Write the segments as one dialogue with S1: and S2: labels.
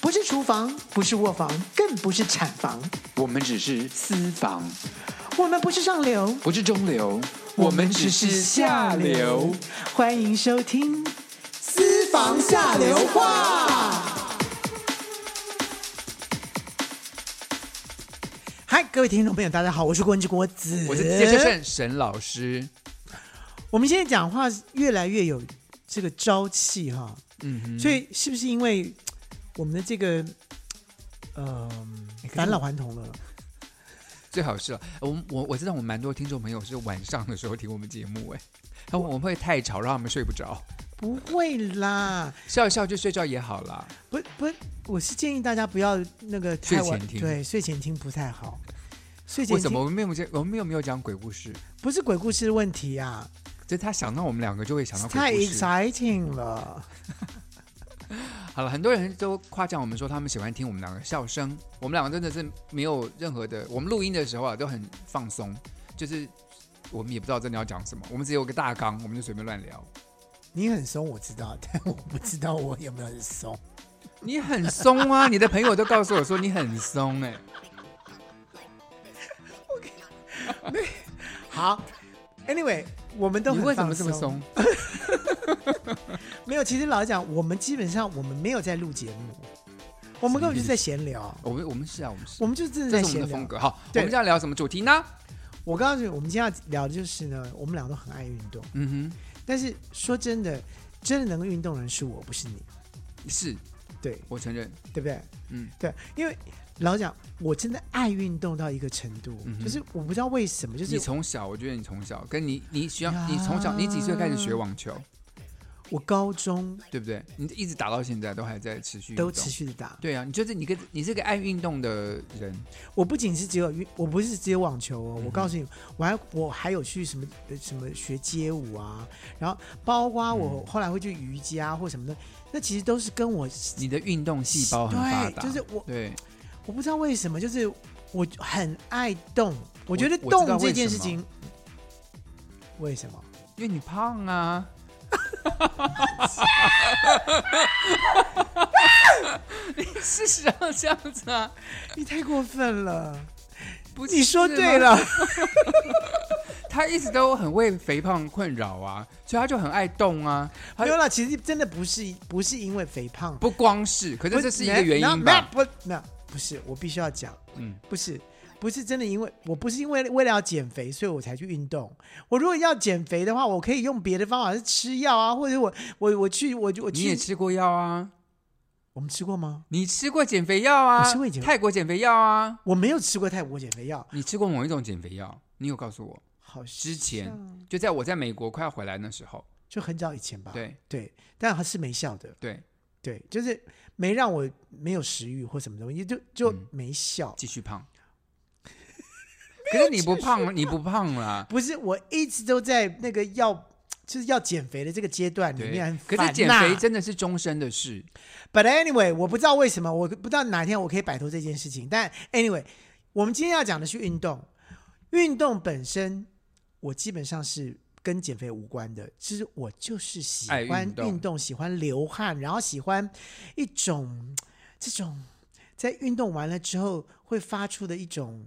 S1: 不是厨房，不是卧房，更不是产房，
S2: 我们只是私房，
S1: 我们不是上流，
S2: 不是中流，我们只是下流。。
S1: 欢迎收听《
S3: 私房下流话。
S1: 嗨，各位听众朋友，大家好，我是郭文之郭子，
S2: 我是接着胜沈老师，
S1: 我们现在讲话越来越有这个朝气哈，
S2: 嗯哼，
S1: 所以是不是因为我们的这个呃
S2: 哎
S1: 返老还童了？
S2: 最好是啊我我我知道我们蛮多听众朋友是晚上的时候听我们节目哎，他们我们会太吵，让他们睡不着，
S1: 不会啦，
S2: 笑一笑就睡觉也好啦。
S1: 不不，我是建议大家不要那个太晚
S2: 睡前听
S1: 对，睡前听不太好。睡前
S2: 为什么
S1: 听
S2: 我们没有讲我们没有没有讲鬼故事？
S1: 不是鬼故事的问题啊，
S2: 就是他想到我们两个就会想到
S1: 太
S2: 啊鬼故事。
S1: exciting 了。
S2: 好了，很多人都夸奖我们说他们喜欢听我们两个笑声，我们两个真的是没有任何的，我们录音的时候啊都很放松，就是我们也不知道真的要讲什么，我们只有个大纲，我们就随便乱聊。
S1: 你很松，我知道， 但我不知道我有没有很松。
S2: 你很松啊，你的朋友都告诉我说你很松哎、
S1: 好，Anyway，我 们都
S2: 你
S1: 很
S2: 为什么
S1: 放
S2: 这么松？
S1: 没有，其实老实讲，我们基本上我们没有在录节目，我们根本就是在闲聊，
S2: 我们我们是啊，我们是，
S1: 我们就真的在
S2: 这是
S1: 闲
S2: 我们的
S1: 聊。
S2: 风格。好，我
S1: 对
S2: 们要聊什么主题呢？
S1: 我告诉你，我们今天要聊的就是呢，我们俩都很爱运动，
S2: 嗯
S1: 但是说真的，真的能够运动的人是我，不是你，
S2: 哼，是
S1: 对
S2: 我承认，
S1: 对不对？
S2: 嗯，
S1: 对，因为老实讲，我真的爱运动到一个程度，
S2: 嗯哼
S1: 就是我不知道为什么，就
S2: 你
S1: 是
S2: 从小，我觉得你从小跟你你学，
S1: 呀
S2: 你从小你几岁开始学网球，
S1: 我高中
S2: 对不对？你一直打到现在都还在持续运动
S1: 都持续的打，
S2: 对啊，你就是你个你是个爱运动的人，
S1: 我不仅是只有运，我不是只有网球哦，
S2: 嗯
S1: 我
S2: 哼
S1: 告诉你，我还我还有去什么呃什么学街舞啊，然后包括我后来会去瑜伽或什么的，那其实都是跟我细
S2: 你的运动细胞很发
S1: 对，
S2: 达，
S1: 就是我
S2: 对
S1: 我不知道为什么，就是我很爱动，我觉得
S2: 我知道
S1: 动这
S2: 为
S1: 件
S2: 什
S1: 事
S2: 么
S1: 情，为什么？
S2: 因为你胖 啊。你是想要这样子啊？
S1: 你太过分了，
S2: 不是
S1: 你说
S2: 吗
S1: 对，了，
S2: 他一直都很为肥胖困扰啊，所以他就很爱动啊。他
S1: 没有啦，其实真的不是不是因为肥胖，
S2: 不光是，可
S1: 不
S2: 是这是一个原
S1: 那
S2: 因吧？
S1: 那不，那不是，我必须要讲。
S2: 嗯，
S1: 不是，不是真的，因为我不是因为为了要减肥，所以我才去运动。我如果要减肥的话，我可以用别的方法，是吃药啊，或者我我我去我就我
S2: 你也
S1: 去，
S2: 吃过药啊？
S1: 我们吃过吗？
S2: 你吃过减肥药啊？
S1: 我吃过减肥
S2: 泰国减肥药啊？
S1: 我没有吃过泰国减肥药，
S2: 你吃过某一种减肥药？你有告诉我？
S1: 好像
S2: 之前就在我在美国快要回来那时候，
S1: 就很早以前吧。
S2: 对
S1: 对，但还是没效的。
S2: 对，
S1: 对，就是没让我没有食欲或什么东西，就就
S2: 嗯
S1: 没效。
S2: 继续胖。可是你不胖，你不胖啦。
S1: 不是，我一直都在那个要。就是要减肥的这个阶段里
S2: 对
S1: 面很，
S2: 可是
S1: 烦
S2: 减
S1: 呐
S2: 肥真的是终身的事。
S1: But anyway，我不知道为什么，我不知道哪天我可以摆脱这件事情。但 anyway，我们今天要讲的是运动。运动本身，我基本上是跟减肥无关的。其实我就是喜
S2: 爱
S1: 欢
S2: 运动
S1: 运动，喜欢流汗，然后喜欢一种这种在运动完了之后会发出的一种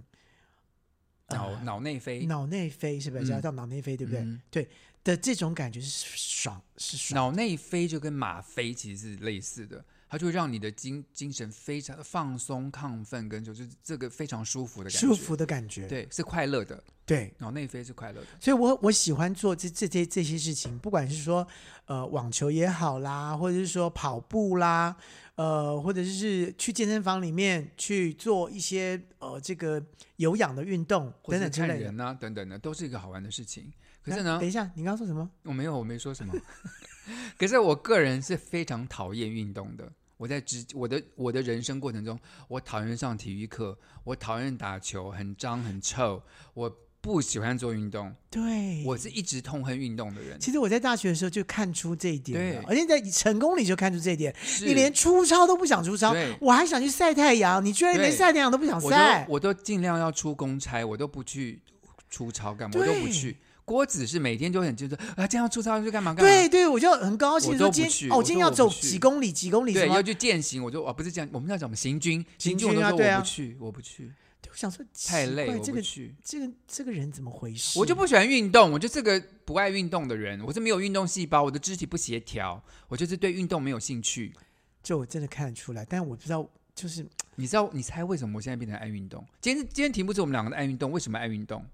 S2: 脑脑内啡，
S1: 啊脑内啡，是不是
S2: 嗯
S1: 叫叫脑内啡？对不对？
S2: 嗯
S1: 对的，这种感觉是爽，是爽。
S2: 脑内啡就跟吗啡其实是类似的，它就会让你的精精神非常的放松、亢奋，跟就是这个非常舒服的感觉。
S1: 舒，服的感觉，
S2: 对，是快乐的。
S1: 对，
S2: 脑内啡是快乐的。
S1: 所以我我喜欢做这这这这些事情，不管是说呃网球也好啦，或者是说跑步啦，呃，或者是去健身房里面去做一些呃这个有氧的运动
S2: 或
S1: 等等
S2: 者是
S1: 之
S2: 看
S1: 类的。
S2: 人啊，等等的，都是一个好玩的事情。可
S1: 那
S2: 是呢
S1: 等，一下，你刚刚说什么？
S2: 我没有，我没说什么。 可是我个人是非常讨厌运动的。我在直我的我的人生过程中，我讨厌上体育课，我讨厌打球，很脏很臭，我不喜欢做运动，
S1: 对，
S2: 我是一直痛恨运动的人。
S1: 其实我在大学的时候就看出这一点了，
S2: 对
S1: 而且在成功里就看出这一点。
S2: 是
S1: 你连出操都不想出操
S2: 对，
S1: 我还想去晒太阳，你居然连
S2: 对
S1: 晒太阳都不想
S2: 我
S1: 晒
S2: 都。我都尽量要出公差，我都不去出操干嘛，我
S1: 对
S2: 都不去。郭子是每天就很就是啊，这样出操去干嘛干嘛？
S1: 对对，我就很高兴
S2: 我
S1: 说
S2: 都不
S1: 今
S2: 去
S1: 天哦，
S2: 我
S1: 今天
S2: 说
S1: 要
S2: 我不
S1: 走
S2: 去
S1: 几公里几公里什
S2: 对，要
S1: 么？
S2: 去践行，我就啊，不是这样，我们要讲什么行军？
S1: 行
S2: 军，我
S1: 军
S2: 都
S1: 啊
S2: 说
S1: 对
S2: 我
S1: 啊
S2: 不去，我不去，
S1: 我想说奇
S2: 太累，
S1: 怪
S2: 我
S1: 这
S2: 不
S1: 个
S2: 去。
S1: 这个这个人怎么回事？
S2: 我就不喜欢运动，我就这个不爱运动的人，我是没有运动细胞，我的肢体不协调，我就是对运动没有兴趣。
S1: 这我真的看得出来，但我不知道就是
S2: 你知道，你猜为什么我现在变成爱运动？今天今天题目是我们两个的爱运动，为什么爱运动？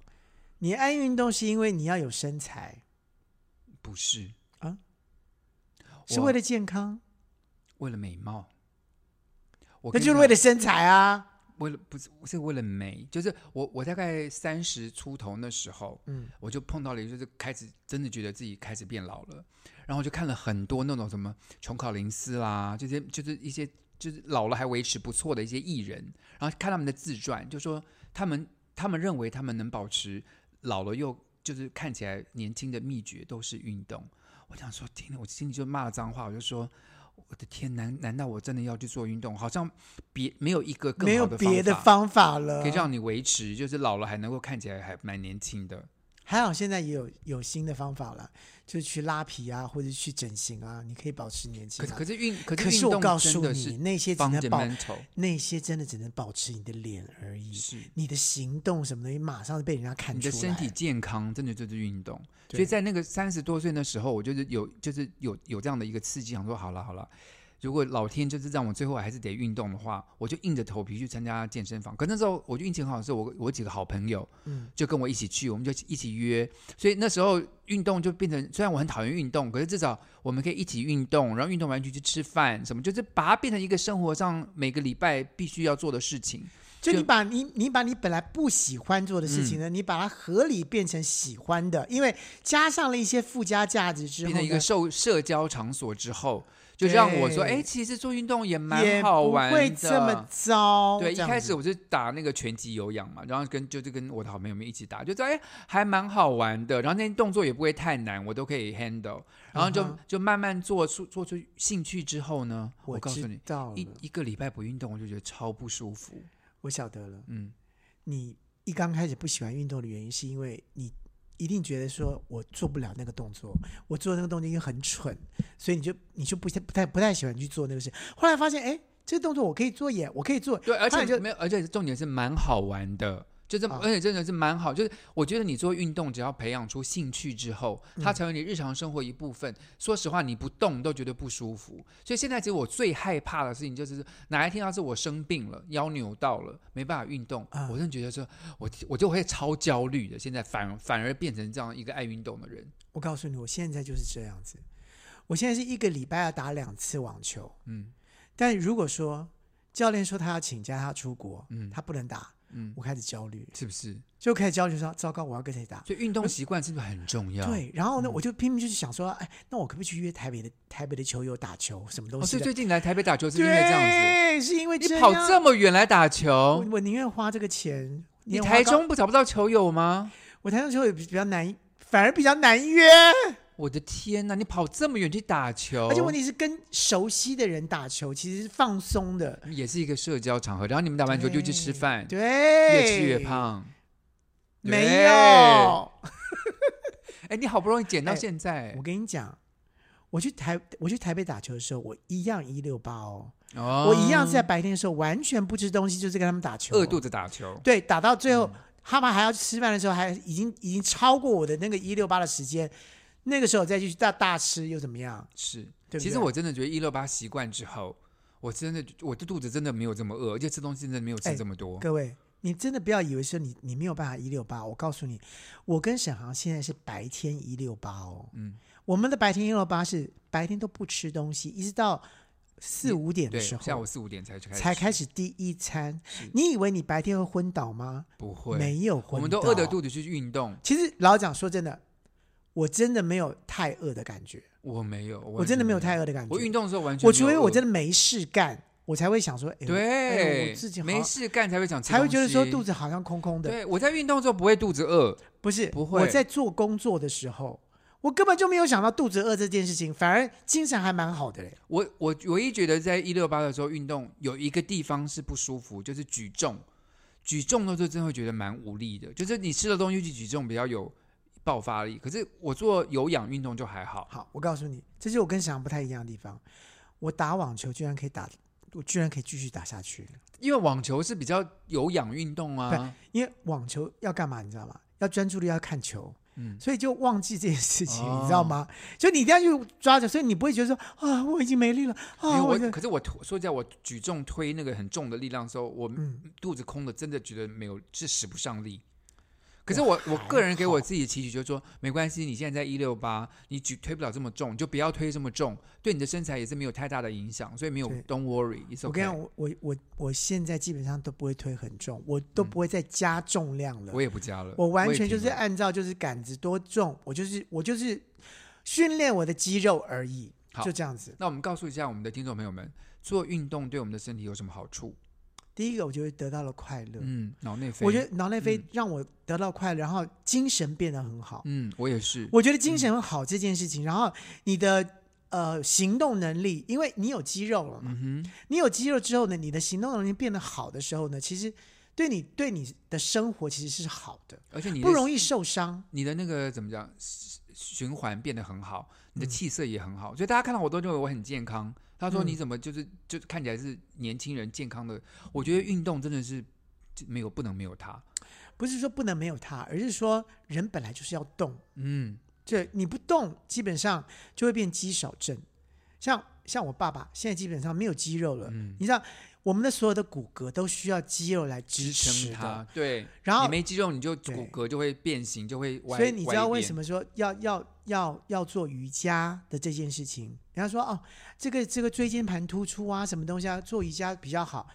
S1: 你爱运动是因为你要有身材，
S2: 不是
S1: 啊，是
S2: 我
S1: 为了健康，
S2: 为了美貌，我
S1: 那
S2: 跟你
S1: 就是为
S2: 讲
S1: 了身材啊。
S2: 为了不是是为了美，就是我我大概三十出头那时候，
S1: 嗯，
S2: 我就碰到了，就是开始真的觉得自己开始变老了，然后就看了很多那种什么琼考林斯啦，这些就是一些就是老了还维持不错的一些艺人，然后看他们的自传，就说他们他们认为他们能保持老了又就是看起来年轻的秘诀都是运动。我想说，天哪！我心里就骂了脏话，我就说。我的天，难难道我真的要去做运动？好像别没有一个更
S1: 没
S2: 好
S1: 有
S2: 的
S1: 别的
S2: 法
S1: 方法了。
S2: 可以让你维持，就是老了还能够看起来还蛮年轻的。
S1: 还好现在也有有新的方法了，就是去拉皮啊，或者去整形啊，你可以保持年轻
S2: 可是
S1: 啊、
S2: 可是运可
S1: 可
S2: 是运
S1: 是我告
S2: 动真
S1: 诉
S2: 的
S1: 你，
S2: 是
S1: 那些只能保
S2: fundamental
S1: 那些真的只能保持你的脸而已，
S2: 是
S1: 你的行动什么东西马上被人家看
S2: 你
S1: 出
S2: 的
S1: 来。
S2: 身体健康，真的就是运动。
S1: 对
S2: 所以在那个三十多岁的时候，我就是有就是有有这样的一个刺激，想说好了好了。如果老天就是让我最后还是得运动的话，我就硬着头皮去参加健身房。可那时候我就运气很好，是我我几个好朋友，
S1: 嗯
S2: 就跟我一起去，我们就一起约。所以那时候运动就变成，虽然我很讨厌运动，可是至少我们可以一起运动，然后运动完去去吃饭，什么就是把它变成一个生活上每个礼拜必须要做的事情。
S1: 就
S2: 就嗯
S1: 你把你你把你本来不喜欢做的事情呢，你把它合理变成喜欢的，因为加上了一些附加价值之后
S2: 变
S1: 呢，
S2: 成一个社社交场所之后，就让我说，
S1: 对
S2: 哎、其实做运动也
S1: 也
S2: 蛮好玩
S1: 不
S2: 的。
S1: 会这么糟。
S2: 对，一
S1: 这样
S2: 开
S1: 子
S2: 始我是打那个拳击有氧嘛，然后跟就是跟我的好朋友们一起打，就知道哎还蛮好玩的，然后那些动作也不会太难，我都可以 handle，然后就、
S1: 嗯哼
S2: 就慢慢做出做出兴趣之后呢，我
S1: 我
S2: 告诉
S1: 知
S2: 你，
S1: 道
S2: 一
S1: 了，
S2: 一个礼拜不运动我就觉得超不舒服，
S1: 我晓得了。
S2: 嗯，
S1: 你一刚开始不喜欢运动的原因，是因为你一定觉得说我做不了那个动作，我做那个动作因为很蠢，所以你就你就不太不太不太喜欢去做那个事。后来发现，哎，这个动作我可以做耶，我可以做。
S2: 对，而
S1: 后来
S2: 且
S1: 就
S2: 没有，而且重点是蛮好玩的。就是，
S1: 啊
S2: 而且真的是蛮好。就是我觉得你做运动，只要培养出兴趣之后，
S1: 嗯
S2: 它成为你日常生活一部分。说实话，你不动都觉得不舒服。所以现在其实我最害怕的事情就是，哪一天要是我生病了，腰扭到了，没办法运动，
S1: 啊
S2: 我真的觉得说，我我就会超焦虑的。现在反反而变成这样一个爱运动的人。
S1: 我告诉你，我现在就是这样子。我现在是一个礼拜要打两次网球，
S2: 嗯
S1: 但如果说教练说他要请假，他出国，
S2: 嗯
S1: 他不能打，
S2: 嗯，
S1: 我开始焦虑，
S2: 是不是？
S1: 就开始焦虑说糟糕，我要跟谁打？
S2: 所以运动习惯是不是很重要？
S1: 嗯对，然后呢，我就拼命就是想说，哎，那我可不可以去约台北的台北的球友打球，什么东
S2: 哦，
S1: 西
S2: 所以
S1: 的？
S2: 最近来台北打球是因为这样子，
S1: 对，是因为
S2: 你
S1: 这
S2: 跑
S1: 样
S2: 这么远来打
S1: 我
S2: 球，
S1: 我宁愿花这个钱。
S2: 你
S1: 宁愿
S2: 台
S1: 花高，
S2: 中不找不到球友吗？
S1: 我台中球友比比较难，反而比较难约，
S2: 我的天呐，你跑这么远去打球，
S1: 而且问题是跟熟悉的人打球，其实是放松的。
S2: 也是一个社交场合。然后你们打完球就去吃饭，
S1: 对，
S2: 嗯越吃越，胖。
S1: 没
S2: 对
S1: 有。
S2: 哎，你好不容易减到
S1: 哎
S2: 现在
S1: 我跟你讲，我去台我去台北打球的时候，我一样一六八哦，
S2: 哦
S1: 我一样是在白天的时候完全不吃东西，就是跟他们打球，哦
S2: 饿肚子打球。
S1: 对，打到最后，
S2: 嗯
S1: 他们还要吃饭的时候，还已经已经超过我的那个一六八的时间，那个时候再去大大吃又怎么样？
S2: 是，
S1: 对不
S2: 其实
S1: 对
S2: 我真的觉得一六八习惯之后，我真的我的肚子真的没有这么饿，而且吃东西真的没有吃
S1: 哎
S2: 这么多。
S1: 各位，你真的不要以为说你你没有办法一六八，我告诉你，我跟沈航现在是白天一六八哦，
S2: 嗯，
S1: 我们的白天一六八是白天都不吃东西，一直到四五点的
S2: 对，
S1: 时候，
S2: 下午四五点才开始
S1: 才
S2: 吃
S1: 开始第一餐。你以为你白天会昏倒吗？
S2: 不会，
S1: 没有昏倒，
S2: 我们都饿着肚子去运动，
S1: 其实老实讲，说真的，我真的没有太饿的感觉，
S2: 我没有，我
S1: 我真的没有太
S2: 饿。
S1: 饿的感觉。
S2: 我运动的时候完全没有饿，
S1: 我除非我真的没事干，我才会想说，哎，哎
S2: 对，
S1: 我自己好
S2: 没事干才会想吃，
S1: 才会觉得说肚
S2: 子。
S1: 子好像空空的。
S2: 对，我在运动的时候不会肚子饿，
S1: 不是，
S2: 不会
S1: 我在做工作的时候，我根本就没有想到肚子饿这件事情，反而精神还蛮好的嘞。
S2: 我我唯一觉得在一六八的时候运动有一个地方是不舒服，就是举重。举重的时候真的会觉得蛮无力的，就是你吃了东西去举重比较有爆发力。可是我做有氧运动就还好，
S1: 好，我告诉你，这是我跟想不太一样的地方。我打网球居然可以打，我居然可以继续打下去，
S2: 因为网球是比较有氧运动啊。
S1: 因为网球要干嘛，你知道吗？要专注力，要看球，
S2: 嗯，
S1: 所以就忘记这件事情，
S2: 哦
S1: 你知道吗？就你一定要去抓着，所以你不会觉得说啊，我已经没力了
S2: 因为
S1: 啊，
S2: 我
S1: 已经
S2: 可是我推说实在，我举重推那个很重的力量的时候，我
S1: 嗯，
S2: 肚子空的，真的觉得没有是使不上力。可是我我个人给我自己的期许就是说，没关系，你现在在一六八，你举推不了这么重，你就不要推这么重，对你的身材也是没有太大的影响，所以没有
S1: 对
S2: don't worry，it's
S1: 我跟你
S2: okay
S1: 讲，。我我我我现在基本上都不会推很重，我都
S2: 嗯
S1: 不会再加重量了。
S2: 我也不加了，
S1: 我完
S2: 也
S1: 全
S2: 停
S1: 就是
S2: 了
S1: 按照就是杆子多重，我就是我就是训练我的肌肉而已
S2: 好，
S1: 就这样子。
S2: 那我们告诉一下我们的听众朋友们，做运动对我们的身体有什么好处？
S1: 第一个，我就会得到了快乐。
S2: 嗯，脑内啡。
S1: 我觉，得脑内啡
S2: 嗯
S1: 让我得到快乐，然后精神变得很好。
S2: 嗯，我也是。
S1: 我觉得精神好这件事情，然后你的呃行动能力，因为你有肌肉了嘛，
S2: 嗯哼，
S1: 你有肌肉之后呢，你的行动能力变得好的时候呢，其实对你对你的生活其实是好的，
S2: 而且你
S1: 不
S2: 的
S1: 容易受伤。
S2: 你的那个怎么讲，循循环变得很好，你的气色也很好，所以大家看到我都认为我很健康。他说
S1: 嗯
S2: 你怎么就是、就看起来是年轻人健康的？我觉得运动真的是就没有不能没有它。
S1: 不是说不能没有它，而是说人本来就是要动。
S2: 嗯，
S1: 这你不动，基本上就会变肌少症。像像我爸爸现在基本上没有肌肉了，
S2: 嗯
S1: 你知道我们的所有的骨骼都需要肌肉来
S2: 支
S1: 支持
S2: 撑
S1: 的。
S2: 它。对，
S1: 然后
S2: 你，没肌肉，你就
S1: 对
S2: 骨骼就会变形，就会歪。
S1: 所以你知道为
S2: 么？
S1: 什么说要要要要做瑜伽的这件事情？人家说哦，这个这个椎间盘突出啊，什么东西啊，做瑜伽比较好。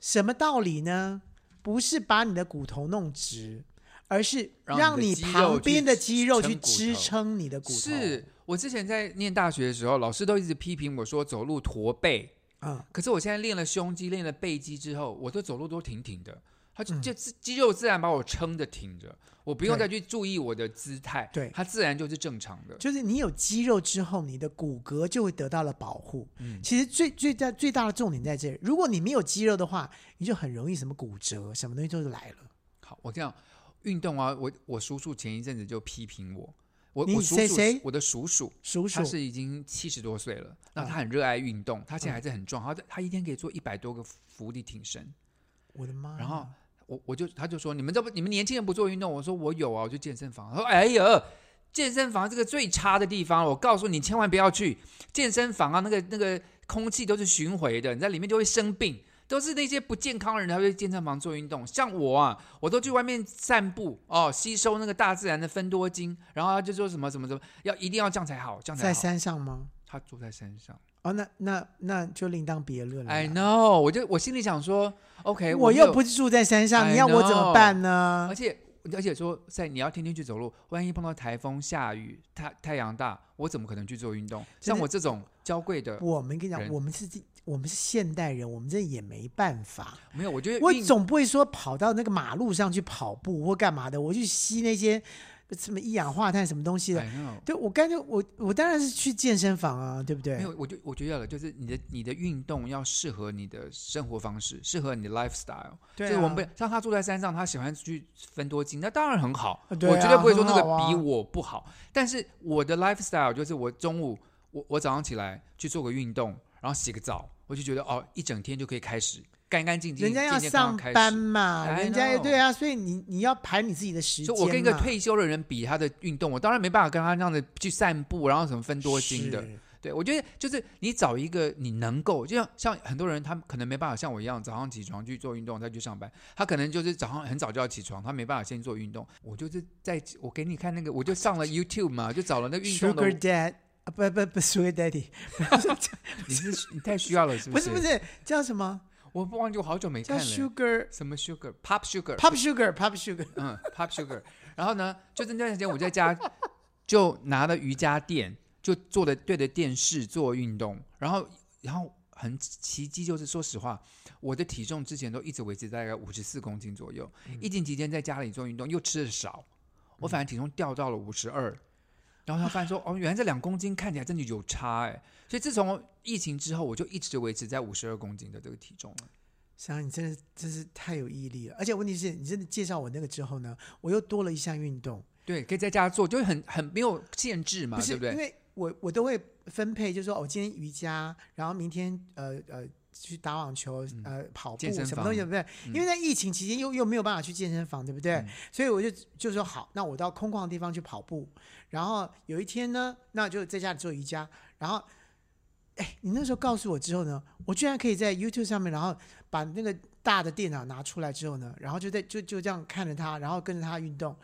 S1: 什么道理呢？不是把你的骨头弄直，而是
S2: 让你的
S1: 让你
S2: 肌肉
S1: 旁边的
S2: 去
S1: 肌肉去
S2: 撑骨
S1: 支
S2: 头
S1: 撑你的骨头。
S2: 是我之前在念大学的时候，老师都一直批评我说走路驼背，
S1: 嗯，
S2: 可是我现在练了胸肌、练了背肌之后，我都走路都挺挺的，它就就自肌肉自然把我撑的挺着，我不用
S1: 嗯对
S2: 再去注意我的姿态，
S1: 对
S2: 它自然就是正常的。
S1: 就是你有肌肉之后，你的骨骼就会得到了保护。
S2: 嗯
S1: 其实最最大最大的重点在这里，如果你没有肌肉的话，你就很容易什么骨折，什么东西都来了。
S2: 好，我这样运动啊，我我叔叔前一阵子就批评我，我
S1: 你
S2: 我叔
S1: 谁
S2: 叔
S1: 谁
S2: 我的叔叔。
S1: 叔叔
S2: 他是已经七十多岁了，那
S1: 啊嗯
S2: 他很热爱运动，他现在还是很壮，他他一天可以做一百多个伏地挺身，
S1: 我的妈呀！
S2: 然后我我就他就说你们这不你们年轻人不做运动，我说我有啊，我去健身房。他说哎呀，健身房这个最差的地方，我告诉你千万不要去健身房啊，那个那个空气都是巡回的，你在里面就会生病。都是那些不健康的人才会去健身房做运动，像我啊，我都去外面散步哦，吸收那个大自然的芬多精，然后他就说什么什么什么，要一定要这样才好，这样才
S1: 在
S2: 好。
S1: 山上吗？
S2: 他住在山上
S1: 哦，那那那就另当别论了啦。
S2: ，I know，我就我心里想说，OK，
S1: 啊我
S2: 哎没
S1: 又
S2: 有
S1: 不是住在山上，
S2: I
S1: 你要我怎么
S2: know
S1: 办呢
S2: 而？且而且说，在你要天天去走路，万一碰到台风、下雨、太太阳大，我怎么可能去做运动？
S1: 真的
S2: 像我这种娇贵的，
S1: 我们跟你讲，
S2: 人
S1: 我们是我们是现代人，我们这也没办法。
S2: 没有，我觉得
S1: 我
S2: 运
S1: 总不会说跑到那个马路上去跑步或干嘛的，我去吸那些什么一氧化碳什么东西的。
S2: I know
S1: 对，我干脆我我当然是去健身房啊，对不对
S2: 没？有，我就我觉得了，就是你的你的运动要适合你的生活方式，适合你的 lifestyle。
S1: 对
S2: 就
S1: 啊
S2: 是我们不像他住在山上，他喜欢去分多金，那当然很好，
S1: 对啊
S2: 我绝对不会说那个
S1: 很好啊
S2: 比我不好。但是我的 lifestyle 就是我中午我我早上起来去做个运动，然后洗个澡，我就觉得哦，一整天就可以开始干干净净，
S1: 人家要
S2: 健健康
S1: 上
S2: 康开始
S1: 班。嘛，
S2: I
S1: 人家
S2: know
S1: 对啊，所以你你要排你自己的时间啊
S2: 所
S1: 嘛。
S2: 以我跟一个退休的人比他的运动，我当然没办法跟他那样的去散步，然后什么分多金的。
S1: 是
S2: 对，我觉得就是你找一个你能够，就像像很多人，他们可能没办法像我一样早上起床去做运动，再去上班。他可能就是早上很早就要起床，他没办法先做运动。我就是在我给你看那个，我就上了 YouTube 嘛，就找了那个运动的
S1: Sugar。Dad 啊，不不不，Sugar Daddy
S2: 你是你太需要了，是
S1: 不
S2: 不
S1: 是不是叫什么
S2: 我不忘记，我好久没
S1: 叫
S2: 看了。
S1: Sugar
S2: 什么 sugar pop sugar
S1: Pop Sugar Pop Sugar
S2: 嗯 pop sugar。然后呢，就是那段时间我在家就拿了瑜伽垫，就坐的对着电视做运动，然后然后很奇迹就是，说实话，我的体重之前都一直维持在大概五十四公斤左右，
S1: 嗯
S2: 疫情期间在家里做运动又吃的少，我反而体重掉到了五十二。然后他发现说，哦，原来这两公斤看起来真的有差哎，所以自从疫情之后，我就一直维持在五十二公斤的这个体重了。
S1: 想你真的真是太有毅力了，而且问题是你真的介绍我那个之后呢，我又多了一项运动，
S2: 对，可以在家做，就是很很没有限制嘛，
S1: 不是
S2: 对不对
S1: 因？为我我都会分配，就是说我、哦、今天瑜伽，然后明天呃呃去打网球，呃跑步
S2: 嗯健身
S1: 什么东西，对
S2: 房
S1: 不对？因为在疫情期间又又没有办法去健身房，对不对？
S2: 嗯
S1: 所以我就就说好，那我到空旷的地方去跑步，然后有一天呢，那就在家里做瑜伽，然后。哎，你那时候告诉我之后呢，我居然可以在 YouTube 上面，然后把那个大的电脑拿出来之后呢，然后就在就就这样看着它，然后跟着它运动，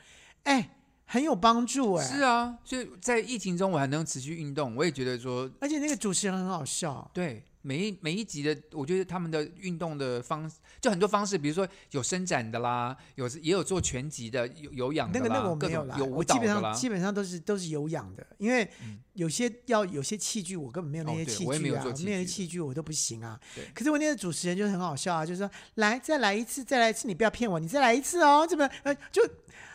S1: 哎，很有帮助哎、
S2: 是啊，所以在疫情中我还能持续运动，我也觉得说，
S1: 而且那个主持人很好笑，
S2: 对每一每一集的，我觉得他们的运动的方就很多方式，比如说有伸展的啦，有也有做拳击的，有有氧
S1: 那个
S2: 的
S1: 那
S2: 啦，
S1: 个我
S2: 各
S1: 没有
S2: 种
S1: 啦，
S2: 有
S1: 我
S2: 舞
S1: 基
S2: 蹈
S1: 本
S2: 的
S1: 上
S2: 啦。
S1: 基本上都是都是有氧的，因为
S2: 嗯
S1: 有些要有些器具我根本没有那
S2: 哦
S1: 些
S2: 对
S1: 器
S2: 我也没
S1: 具
S2: 有
S1: 啊，
S2: 做器
S1: 没有那
S2: 具
S1: 器具我都不行啊
S2: 对。
S1: 可是我那个主持人就很好笑啊，就是说来再来一次，再来一次，你不要骗我，你再来一次哦，这么呃就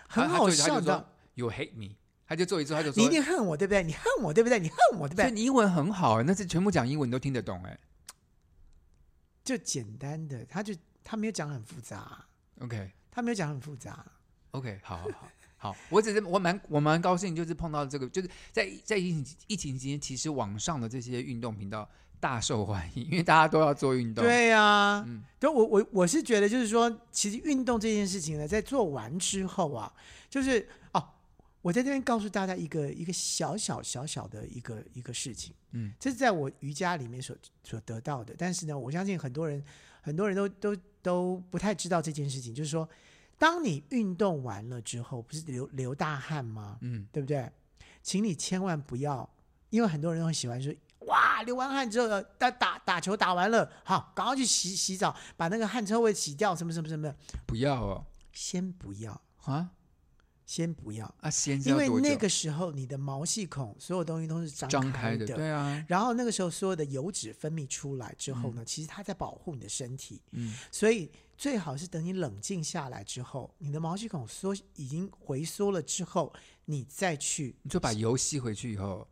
S2: 他
S1: 很
S2: 他
S1: 好
S2: 就他
S1: 笑
S2: 就
S1: 的
S2: 说。You hate me，他就做一次他就说
S1: 你一，定恨我对不对？你恨我对不对？你恨我对不
S2: 所以
S1: 对？
S2: 你英文很好、欸，那是全部讲英文你都听得懂哎、
S1: 就简单的，他就他没有讲很复杂，
S2: OK
S1: 他没有讲很复杂。
S2: OK，好好 好。好，我只是我蛮我蛮高兴，就是碰到这个，就是在在疫情疫情期间，其实网上的这些运动频道大受欢迎，因为大家都要做运动。
S1: 对呀、
S2: 啊嗯
S1: 对，我我我是觉得就是说，其实运动这件事情呢，在做完之后啊，就是哦，我在这边告诉大家一个一个小小小小的一个一个事情，
S2: 嗯，
S1: 这是在我瑜伽里面所所得到的，但是呢，我相信很多人很多人都都都不太知道这件事情，就是说，当你运动完了之后，不是流流大汗吗？
S2: 嗯，
S1: 对不对？请你千万不要，因为很多人都很喜欢说，哇，流完汗之后呃打打打球打完了，好，赶快去洗洗澡，把那个汗臭味洗掉，什么什么什么的。
S2: 不要哦
S1: 先不要，
S2: 啊
S1: 先不要，
S2: 啊！先是
S1: 因
S2: 要
S1: 为
S2: 多久
S1: 那个时候你的毛细孔所有东西都是张
S2: 张
S1: 开
S2: 开的，对啊，
S1: 然后那个时候所有的油脂分泌出来之后呢，其实它在保护你的身体，
S2: 嗯
S1: 所以最好是等你冷静下来之后，你的毛细孔缩已经回缩了之后，你再去
S2: 你就把油吸回去以后，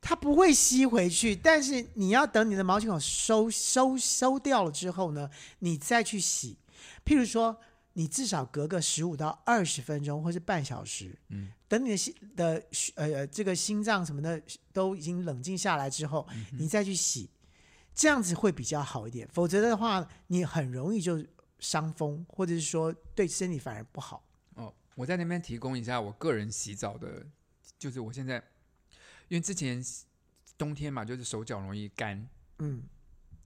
S1: 它不会吸回去，但是你要等你的毛细孔收收收掉了之后呢，你再去洗。譬如说，你至少隔个十五到二十分钟，或是半小时，
S2: 嗯，
S1: 等你的心的呃呃这个心脏什么的都已经冷静下来之后，
S2: 嗯
S1: 你再去洗，这样子会比较好一点。否则的话，你很容易就伤风，或者是说对身体反而不好。
S2: 哦，我在那边提供一下我个人洗澡的，就是我现在因为之前冬天嘛，就是手脚容易干，
S1: 嗯，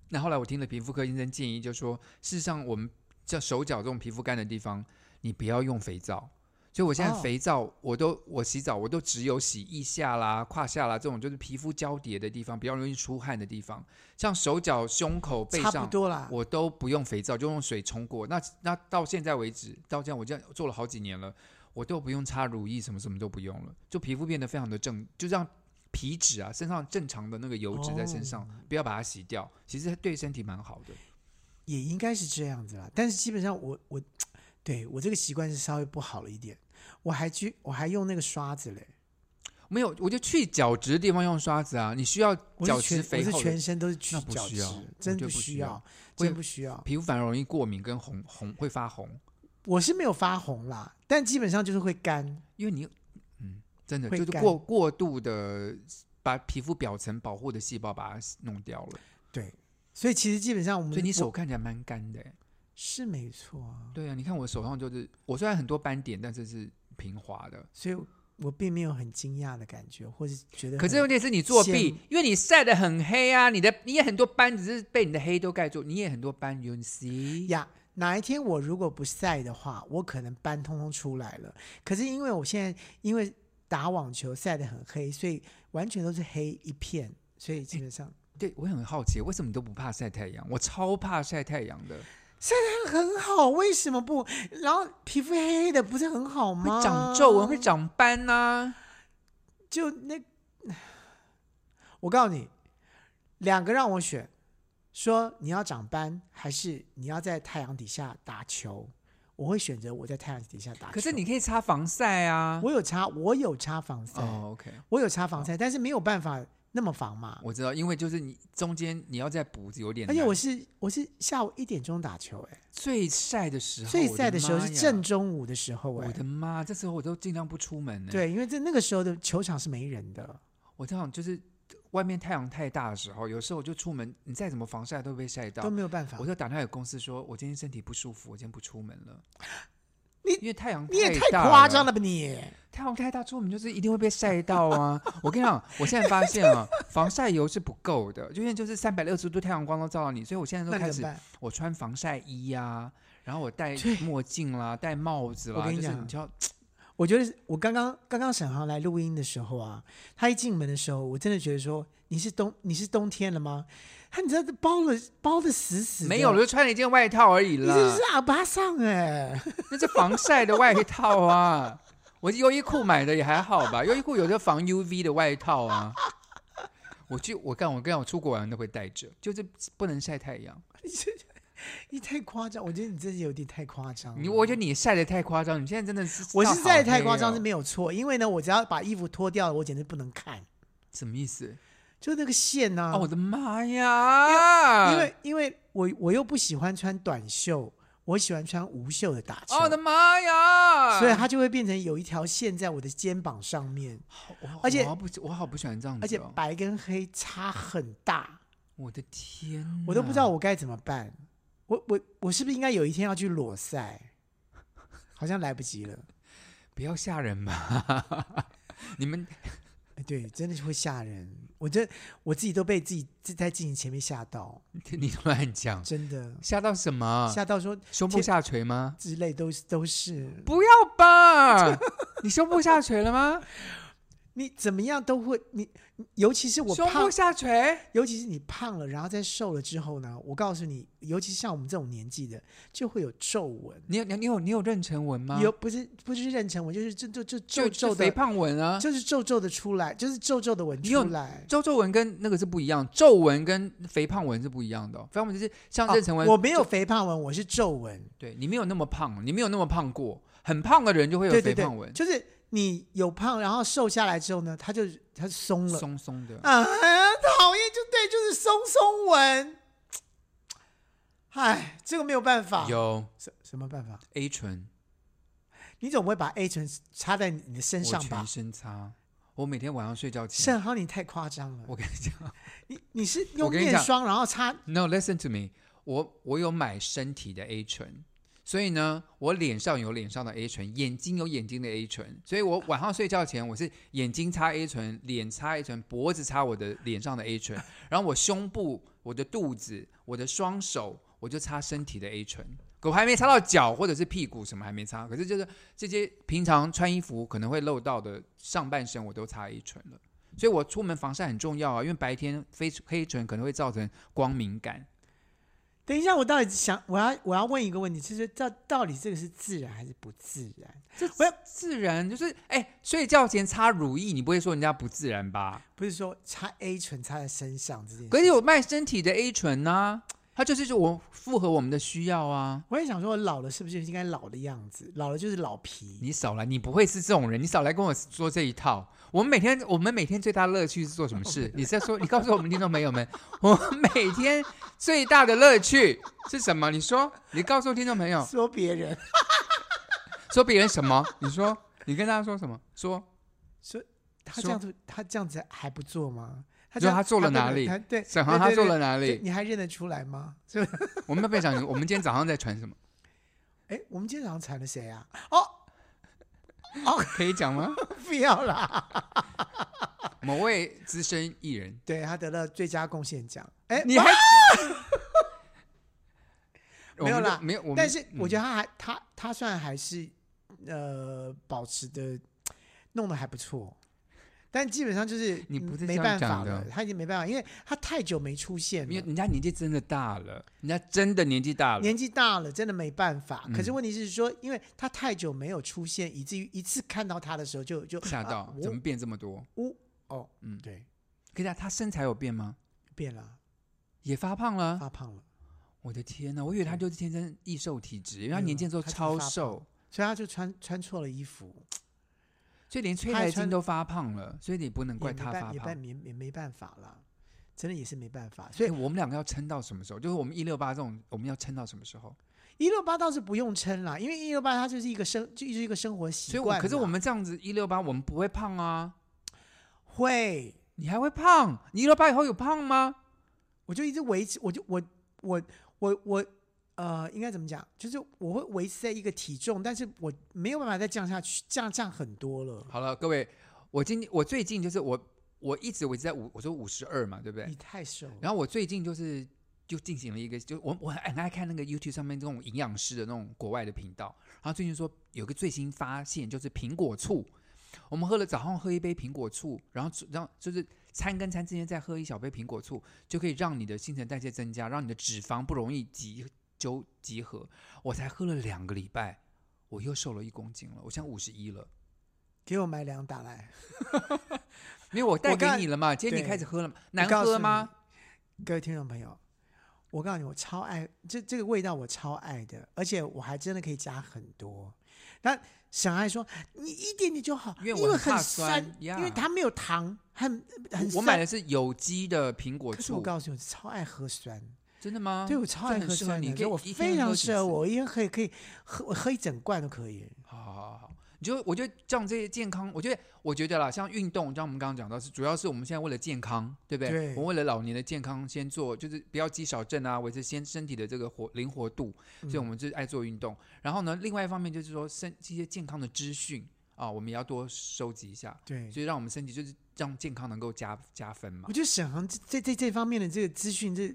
S2: 那后来我听了皮肤科医生建议，就说事实上我们叫手脚这种皮肤干的地方，你不要用肥皂。所以我现在
S1: 哦
S2: 肥皂，我都我洗澡我都只有洗腋下啦、胯下啦这种就是皮肤交叠的地方，比较容易出汗的地方，像手脚、胸口、背
S1: 差不
S2: 上，
S1: 多啦。
S2: 我都不用肥皂，就用水冲过。那那到现在为止，到这样我这样做了好几年了，我都不用擦乳液，什么什么都不用了，就皮肤变得非常的正，就让皮脂啊，身上正常的那个油脂在身
S1: 哦
S2: 上，不要把它洗掉，其实对身体蛮好的。
S1: 也应该是这样子啦。但是基本上我我对我这个习惯是稍微不好了一点，我还去我还用那个刷子嘞，
S2: 没有，我就去角质的地方用刷子啊，你需要
S1: 我
S2: 角
S1: 是
S2: 质
S1: 全
S2: 肥
S1: 我
S2: 厚
S1: 是
S2: 的
S1: 全，身都是去
S2: 那不
S1: 角
S2: 需
S1: 质
S2: 要我，
S1: 真
S2: 就
S1: 不
S2: 不需
S1: 需
S2: 要
S1: 要，
S2: 会
S1: 真不需要。
S2: 皮肤反而容易过敏跟红红会发红，
S1: 我是没有发红啦，但基本上就是会干。
S2: 因为你嗯，真的
S1: 会
S2: 就是
S1: 干
S2: 过过度的把皮肤表层保护的细胞把它弄掉了。
S1: 对，所以其实基本上我们
S2: 所以你
S1: 嗯我
S2: 手看起来蛮干的欸。
S1: 是没错啊，
S2: 对啊，你看我手上就是，我虽然很多斑点，但是是平滑的。
S1: 所以我并没有很惊讶的感觉，或是觉得
S2: 可是
S1: 很
S2: 问题是你作
S1: 羡慕
S2: 弊，因为你晒得很黑啊，你的你也很多斑，只是被你的黑都盖住，你也很多斑，you see？
S1: 呀哪一天我如果不晒的话，我可能斑通通出来了。可是因为我现在因为打网球晒得很黑，所以完全都是黑一片，所以基本上
S2: 对，我也很好奇，为什么你都不怕晒太阳？我超怕晒太阳的，哎
S1: 很好。为什么不？然后皮肤黑黑的，不是很好
S2: 会
S1: 吗？
S2: 长皱纹，会长斑啊呐、
S1: 就那。我告诉你，两个让我选，说你要长斑还是你要在太阳底下打球，我会选择我在太阳底下打球。
S2: 可是你哦可以擦防晒啊。
S1: 我有擦，我有擦防晒。
S2: 哦，OK，
S1: 我有擦防晒，但是没有办法那么防嘛。
S2: 我知道，因为就是你中间你要再补有点
S1: 而
S2: 难，
S1: 且我是我是下午一点钟打球、欸，
S2: 最晒的时候，
S1: 最晒的时候是正
S2: 正，哎
S1: 中午的时候、欸，
S2: 我的妈，这时候我都尽量不出门呢。，
S1: 对，因为在那个时候的球场是没人的，
S2: 我这样就是外面太阳太大的时候，有时候我就出门，你再怎么防晒都被晒到
S1: 都。没有办法
S2: 啊我。就打电话给公司说，我今天身体不舒服，我今天不出门了。
S1: 你
S2: 因为太阳
S1: 你也太
S2: 太大
S1: 夸张了吧你！
S2: 太阳太大，出门就是一定会被晒到啊！ 我跟你讲，我现在发现啊，防晒油是不够的，因为就是三百六十度太阳光都照到你，所以我现在
S1: 那
S2: 都
S1: 你
S2: 开
S1: 怎
S2: 始
S1: 么办？
S2: 我穿防晒衣呀、然后我戴
S1: 对
S2: 墨镜啦，戴帽子啦，
S1: 我跟你
S2: 就是
S1: 讲
S2: 你知道，
S1: 我觉得我刚刚刚刚沈航来录音的时候啊，他一进门的时候，我真的觉得说你是冬你是冬天了吗？他你知道这包了包的死死的，
S2: 没有，我，就穿了一件外套而已
S1: 你
S2: 啦，
S1: 这是阿巴桑哎、
S2: 那是防晒的外套啊。我优衣库买的也还好吧，优衣库有的防 UV 的外套啊。我去，我干，我跟你讲我出国玩都会带着，就是不能晒太阳。
S1: 你太夸张，我觉得你真的有点太夸张了。
S2: 你，我觉得你晒的太夸张，你现在真的是，
S1: 我是
S2: 晒哦
S1: 在太夸张是没有错，因为呢，我只要把衣服脱掉了，我简直不能看，
S2: 什么意思？
S1: 就那个线呐、
S2: 哦，我的妈呀！
S1: 啊因为因为我我又不喜欢穿短袖，我喜欢穿无袖的打球，
S2: 哦，我的啊妈呀！
S1: 所以它就会变成有一条线在我的肩膀上面，
S2: 我，
S1: 而且
S2: 我好不，我好不喜欢这样子、哦，
S1: 而且白跟黑差很大，
S2: 我的天，
S1: 我都不知道。我该怎么办。我我我是不是应该有一天要去裸赛？好像来不及了。
S2: 不要吓人吧！ 你们
S1: 哎对，真的是会吓人。我这我自己都被自己自在镜子前面吓到，
S2: 你乱讲，
S1: 真的
S2: 吓到什么？
S1: 吓到说
S2: 胸部下垂吗？
S1: 之类都是都是，
S2: 不要吧！ 你胸部下垂了吗？
S1: 你怎么样都会你，你尤其是我
S2: 胸
S1: 胖
S2: 部下垂，
S1: 尤其是你胖了，然后再瘦了之后呢，我告诉你，尤其像我们这种年纪的，就会有皱纹，
S2: 你有你有你有你有妊娠纹吗？
S1: 有不是不是妊娠纹，就是就就就
S2: 就，
S1: 皱皱
S2: 就肥
S1: 的，
S2: 胖纹啊。
S1: 就是皱皱的出来，就是皱皱的纹
S2: 你有
S1: 出来。
S2: 皱皱纹跟那个是不一样，皱纹跟肥胖纹是不一样的哦、肥胖纹就是像妊娠纹、
S1: 哦我没有
S2: 就，
S1: 肥胖纹，我是皱纹。
S2: 对你没有那么胖，你没有那么胖过，很胖的人就会有
S1: 对
S2: 肥
S1: 对
S2: 胖纹
S1: 对，，就是你有胖，然后瘦下来之后呢，它就它松了。
S2: 松松的。
S1: 啊，讨厌，就对，就是松松纹。哎，这个没有办法。
S2: 有
S1: 什什么办法？
S2: A 醇，
S1: 你总不会把 A 醇插在你的身
S2: 我
S1: 上吧
S2: 全？身擦，我每天晚上睡觉前，
S1: 盛豪，你太夸张了。
S2: 我跟你讲
S1: 你你是用
S2: 我跟你
S1: 面
S2: 讲
S1: 霜然后擦，
S2: ，No listen to me，我我有买身体的 A 醇，所以呢，我脸上有脸上的 A 醇，眼睛有眼睛的 A 醇，所以我晚上睡觉前我是眼睛擦 A 醇，脸擦 A 醇，脖子擦我的脸上的 A 醇，然后我胸部、我的肚子、我的双手，我就擦身体的 A 醇。我还没擦到脚或者是屁股什么还没擦，可是就是这些平常穿衣服可能会漏到的上半身我都擦 A 醇了。所以我出门防晒很重要啊，因为白天非黑唇可能会造成光敏感。
S1: 等一下，我到底想我要我要问一个问题，就是到到底这个是自然还是不自然？
S2: 这
S1: 我要
S2: 自然就是哎、睡觉前擦乳液，你不会说人家不自然吧？
S1: 不是说擦 A 醇擦在身上这件
S2: 可
S1: 事。
S2: 是有卖身体的 A 醇呐、它就是说我符合我们的需要啊。
S1: 我也想说，我老了是不是应该老的样子？老了就是老皮。
S2: 你少来，你不会是这种人，你少来跟我说这一套。我们每天，我们每天最大乐趣是做什么 事？你在说，你告诉我们听众朋友们， 我们每天最大的乐趣是什么？你说，你告诉听众朋友，
S1: 说别人
S2: 说别人什么？你说，你跟大家说什么？说
S1: 他这
S2: 说
S1: 样子，他这样子还不做吗？他这
S2: 你说
S1: 样
S2: 他做了
S1: 不能
S2: 哪里
S1: 他对，
S2: 沈航
S1: 对
S2: 他
S1: 对
S2: 做
S1: 对
S2: 了哪
S1: 对
S2: 里？
S1: 你还认得出来吗？是不是？
S2: 我们要不要讲？我们今天早上在传什么？
S1: 哎，我们今天早上传了谁啊？
S2: 可以讲吗？
S1: 不要啦！
S2: 某位资深艺人，
S1: 对他得了最佳贡献奖。哎，
S2: 你还、我
S1: 没有
S2: 们就
S1: 啦
S2: 没有。我们嗯
S1: 但是我觉
S2: 得、
S1: 得他还、他他算还是呃保持的弄得还不错，但基本上就是
S2: 你不是
S1: 没
S2: 这样
S1: 办法
S2: 讲的
S1: 了，他已经没办法，因为他太久没出现
S2: 因为
S1: 了，
S2: 人家年纪真的大了，人家真的年纪大了。
S1: 年纪大了，真的没办法。可是
S2: 嗯
S1: 问题是说，因为他太久没有出现，以至于一次看到他的时候就就
S2: 吓到、
S1: 啊
S2: 怎么变这么多？
S1: 我我哦，嗯
S2: 嗯，
S1: 对，
S2: 可是啊他身材有变吗？
S1: 变了，
S2: 也发胖了？
S1: 发胖了，
S2: 我的天哪！我以为他就是天生易瘦体质，因为他
S1: 没有
S2: 年轻的时候
S1: 他就是
S2: 超
S1: 发胖
S2: 瘦。
S1: 所以他就穿穿错了衣服。
S2: 所以连崔
S1: 他还
S2: 莱
S1: 穿
S2: 金都发胖了，所以你不能怪
S1: 也没
S2: 他
S1: 办
S2: 发
S1: 也
S2: 胖。
S1: 办也也没办法啦，真的也是没办法。所以
S2: 欸我们两个要撑到什么时候？就是我们一六八这种，我们要撑到什么时候？
S1: 一六八倒是不用撑啦，因为一六八它就是一个生，就是一个生活习
S2: 所以我，
S1: 惯啦。
S2: 可是我们这样子一六八，我们不会胖啊。
S1: 会，
S2: 你还会胖？你一六八以后有胖吗？
S1: 我就一直维持，我就我我我我呃，应该怎么讲？就是我会维持在一个体重，但是我没有办法再降下去，降降很多了。
S2: 好了，各位，我今我最近就是我我一直我一直在五，我说五十二嘛，对不对
S1: 你？太瘦了，
S2: 然后我最近就是就进行了一个，就我我很爱看那个 YouTube 上面这种营养师的那种国外的频道，然后最近说有个最新发现就是苹果醋，我们喝了早上喝一杯苹果醋，然后然后就是餐跟餐之间再喝一小杯苹果醋，就可以让你的新陈代谢增加，让你的脂肪不容易集纠集合。我才喝了两个礼拜，我又瘦了一公斤了，我现在五十一了。
S1: 给我买两打来。
S2: 没有，我带
S1: 我
S2: 给
S1: 刚
S2: 你了嘛？今天你
S1: 对
S2: 开始喝了嘛？
S1: 我
S2: 难
S1: 告诉
S2: 喝吗？
S1: 各位听众朋友，我告诉你，我超爱这这个味道，我超爱的，而且我还真的可以加很多。那小爱说：“你一点点就好，
S2: 因
S1: 因
S2: 为我很
S1: 很
S2: 怕酸
S1: 酸，
S2: 呀
S1: 因为它没有糖，很很
S2: 我买
S1: 酸
S2: 的是有机的苹果
S1: 可是我
S2: 醋，
S1: 告诉你，我超爱喝酸，
S2: 真的吗？
S1: 对我超爱
S2: 这啊很
S1: 喝
S2: 适合
S1: 酸
S2: 你，
S1: 的，
S2: 可以
S1: 我
S2: 一天
S1: 非
S2: 喝
S1: 常
S2: 几
S1: 适合
S2: 次。
S1: 我，一天可以可以喝我喝一整罐都可以。
S2: 好好好好，你就我觉得像这些健康，我觉得我觉得啦，像运动，像我们刚刚讲到是，主要是我们现在为了健康，对不对？
S1: 对
S2: 我们为了老年的健康，先做就是不要肌少症啊，维持先身体的这个活灵活度，
S1: 嗯
S2: 所以我们就是爱做运动。然后呢，另外一方面就是说身这些健康的资讯啊，我们也要多收集一下，
S1: 对，
S2: 所以让我们身体就是让健康能够加加分嘛
S1: 我。觉得沈航这这这这方面的这个资讯，这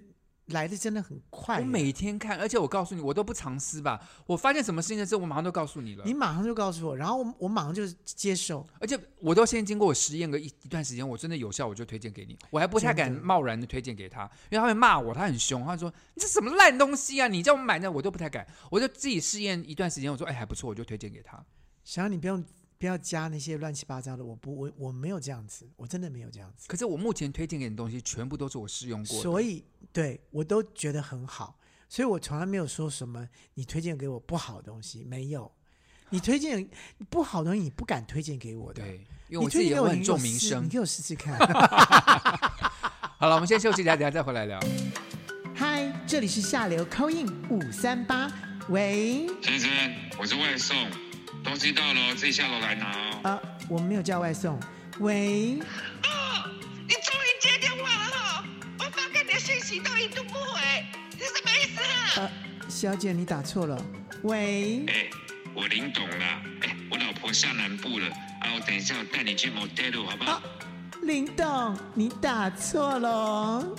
S1: 来的真的很快
S2: 我
S1: 耶。
S2: 每天看，而且我告诉你，我都不藏私吧。我发现什么事情的时候，我马上都告诉你了。
S1: 你马上就告诉我，然后我我马上就接受。
S2: 而且我都先经过我实验个一一段时间，我真的有效，我就推荐给你。我还不太敢
S1: 真的
S2: 贸然的推荐给他，因为他会骂我，他很凶，他说你这什么烂东西啊，你叫我买的，我都不太敢。我就自己试验一段时间，我说哎还不错，我就推荐给他。
S1: 沈航，你不用不要加那些乱七八糟的，我不我我没有这样子，我真的没有这样子。
S2: 可是我目前推荐给你的东西，全部都是我试用过的。
S1: 所以对我都觉得很好，所以我从来没有说什么你推荐给我不好的东西，没有。你推荐不好的东西，你不敢推荐给我的。
S2: 对，
S1: 你
S2: 因为我自
S1: 推荐
S2: 己也
S1: 给我
S2: 会
S1: 你
S2: 很
S1: 给我
S2: 重名
S1: 试
S2: 声
S1: 你。给我试试看。
S2: 好了，我们先休息一下， 等一下再回来聊。
S1: 嗨，这里是下流 c i n 五三八，喂，
S4: 先生，我是外送，东西到了哦自己下楼来拿哦。
S1: 呃，我们没有叫外送，喂，
S5: 哦，你终于接电话了哈、我发给你的信息都一度不回，你什么意思啊？
S1: 呃，小姐你打错了，喂
S4: 哎、，我林董啦，哎、我老婆下南部了，啊，我等一下我带你去 motel 好不
S1: 啊
S4: 好？
S1: 林董你打错了哦，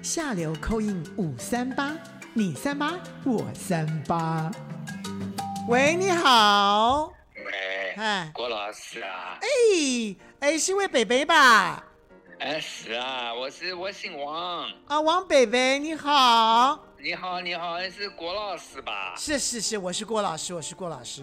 S1: 下流 c i 五三八，你三八我三八，喂，你好，
S6: 喂，
S1: 哎，
S6: 郭老师啊，
S1: 哎，哎，是位北北吧？
S6: 哎是啊，我是我姓王，
S1: 啊，王北北你好，
S6: 你好你好，哎是郭老师吧？
S1: 是是是，我是郭老师，我是郭老师。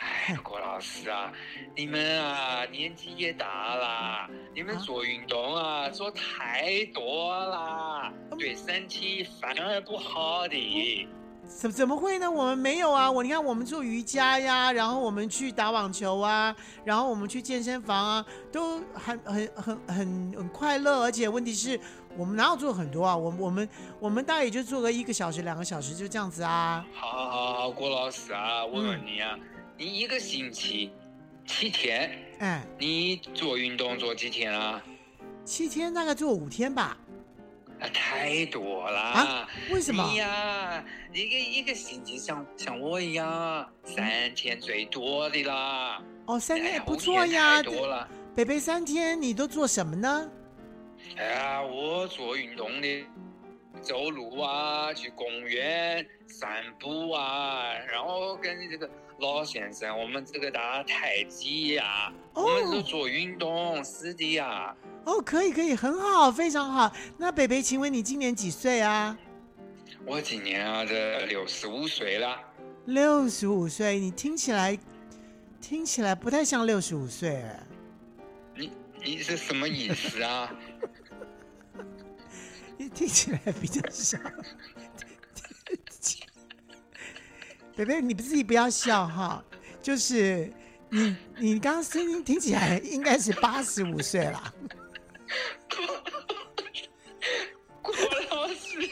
S6: 哎，郭老师啊，你们啊年纪也大啦，你们
S1: 啊
S6: 做运动啊做太多啦，
S1: 嗯
S6: 对身体反而不好的。
S1: 怎怎么会呢？我们没有啊！我你看，我们做瑜伽呀，然后我们去打网球啊，然后我们去健身房啊，都很很很很很快乐。而且问题是我们哪有做很多啊？我们我们我们大概也就做个一个小时、两个小时就这样子啊。
S6: 好好好好，郭老师啊，我问你
S1: 嗯
S6: 啊，你一个星期七天，
S1: 哎，
S6: 你做运动做几天啊？
S1: 七天大概做五天吧？
S6: 啊，太多啦！
S1: 啊为什么？
S6: 你呀，一个一个星期像像我一样，三天最多的啦。
S1: 哦，三天
S6: 哎
S1: 也
S6: 呀
S1: 不
S6: 五
S1: 错
S6: 天
S1: 呀
S6: 太。多了。
S1: 北北三天你都做什么呢？
S6: 哎呀，我做运动的，走路啊，去公园散步啊，然后跟这个老先生我们这个打太极呀、
S1: 哦
S6: 我们都做运动，是的呀。
S1: 哦，可以可以，很好，非常好。那北北，请问你今年几岁啊？
S6: 我今年啊，这六十五岁了。
S1: 六十五岁，你听起来听起来不太像六十五岁哎。
S6: 你你是什么意 思啊？
S1: 你听起来比较像。北北，你自己不要笑哈，就是你你刚刚声音听起来应该是八十五岁啦。
S6: 郭老师，你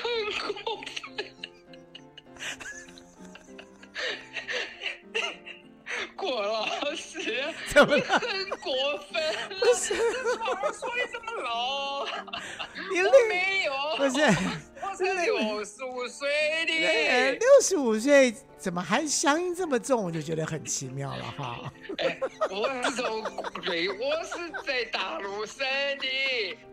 S6: 很过分。郭老师，
S1: 怎么
S6: 你
S1: 了？
S6: 很过分。
S1: 不是，
S6: 老师说你这么老，
S1: 你
S6: 我
S1: 六
S6: 没有，
S1: 不是，
S6: 我才九十五岁的。
S1: 六十五岁怎么还乡音这么重？我就觉得很奇妙了哈。
S6: 哎，我是从北，我是在大陆生的，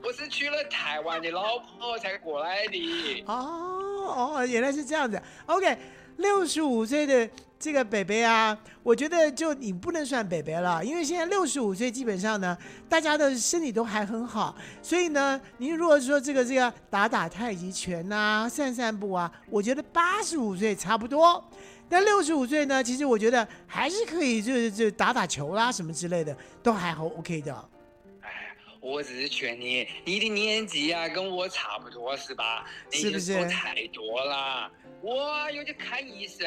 S6: 我是娶了台湾的老婆才过来的。
S1: 哦哦，原来是这样子。OK，六十五岁的这个北北啊，我觉得就你不能算北北了，因为现在六十五岁基本上呢，大家的身体都还很好，所以呢，您如果说这个这个打打太极拳呐、散散步啊，我觉得八十五岁差不多。但六十五岁呢，其实我觉得还是可以，就是就打打球啦什么之类的，都还好 OK 的。
S6: 我只是劝你，你的年纪呀、跟我差不多是吧？你
S1: 是不是
S6: 已经瘦太多了。我有去看医生，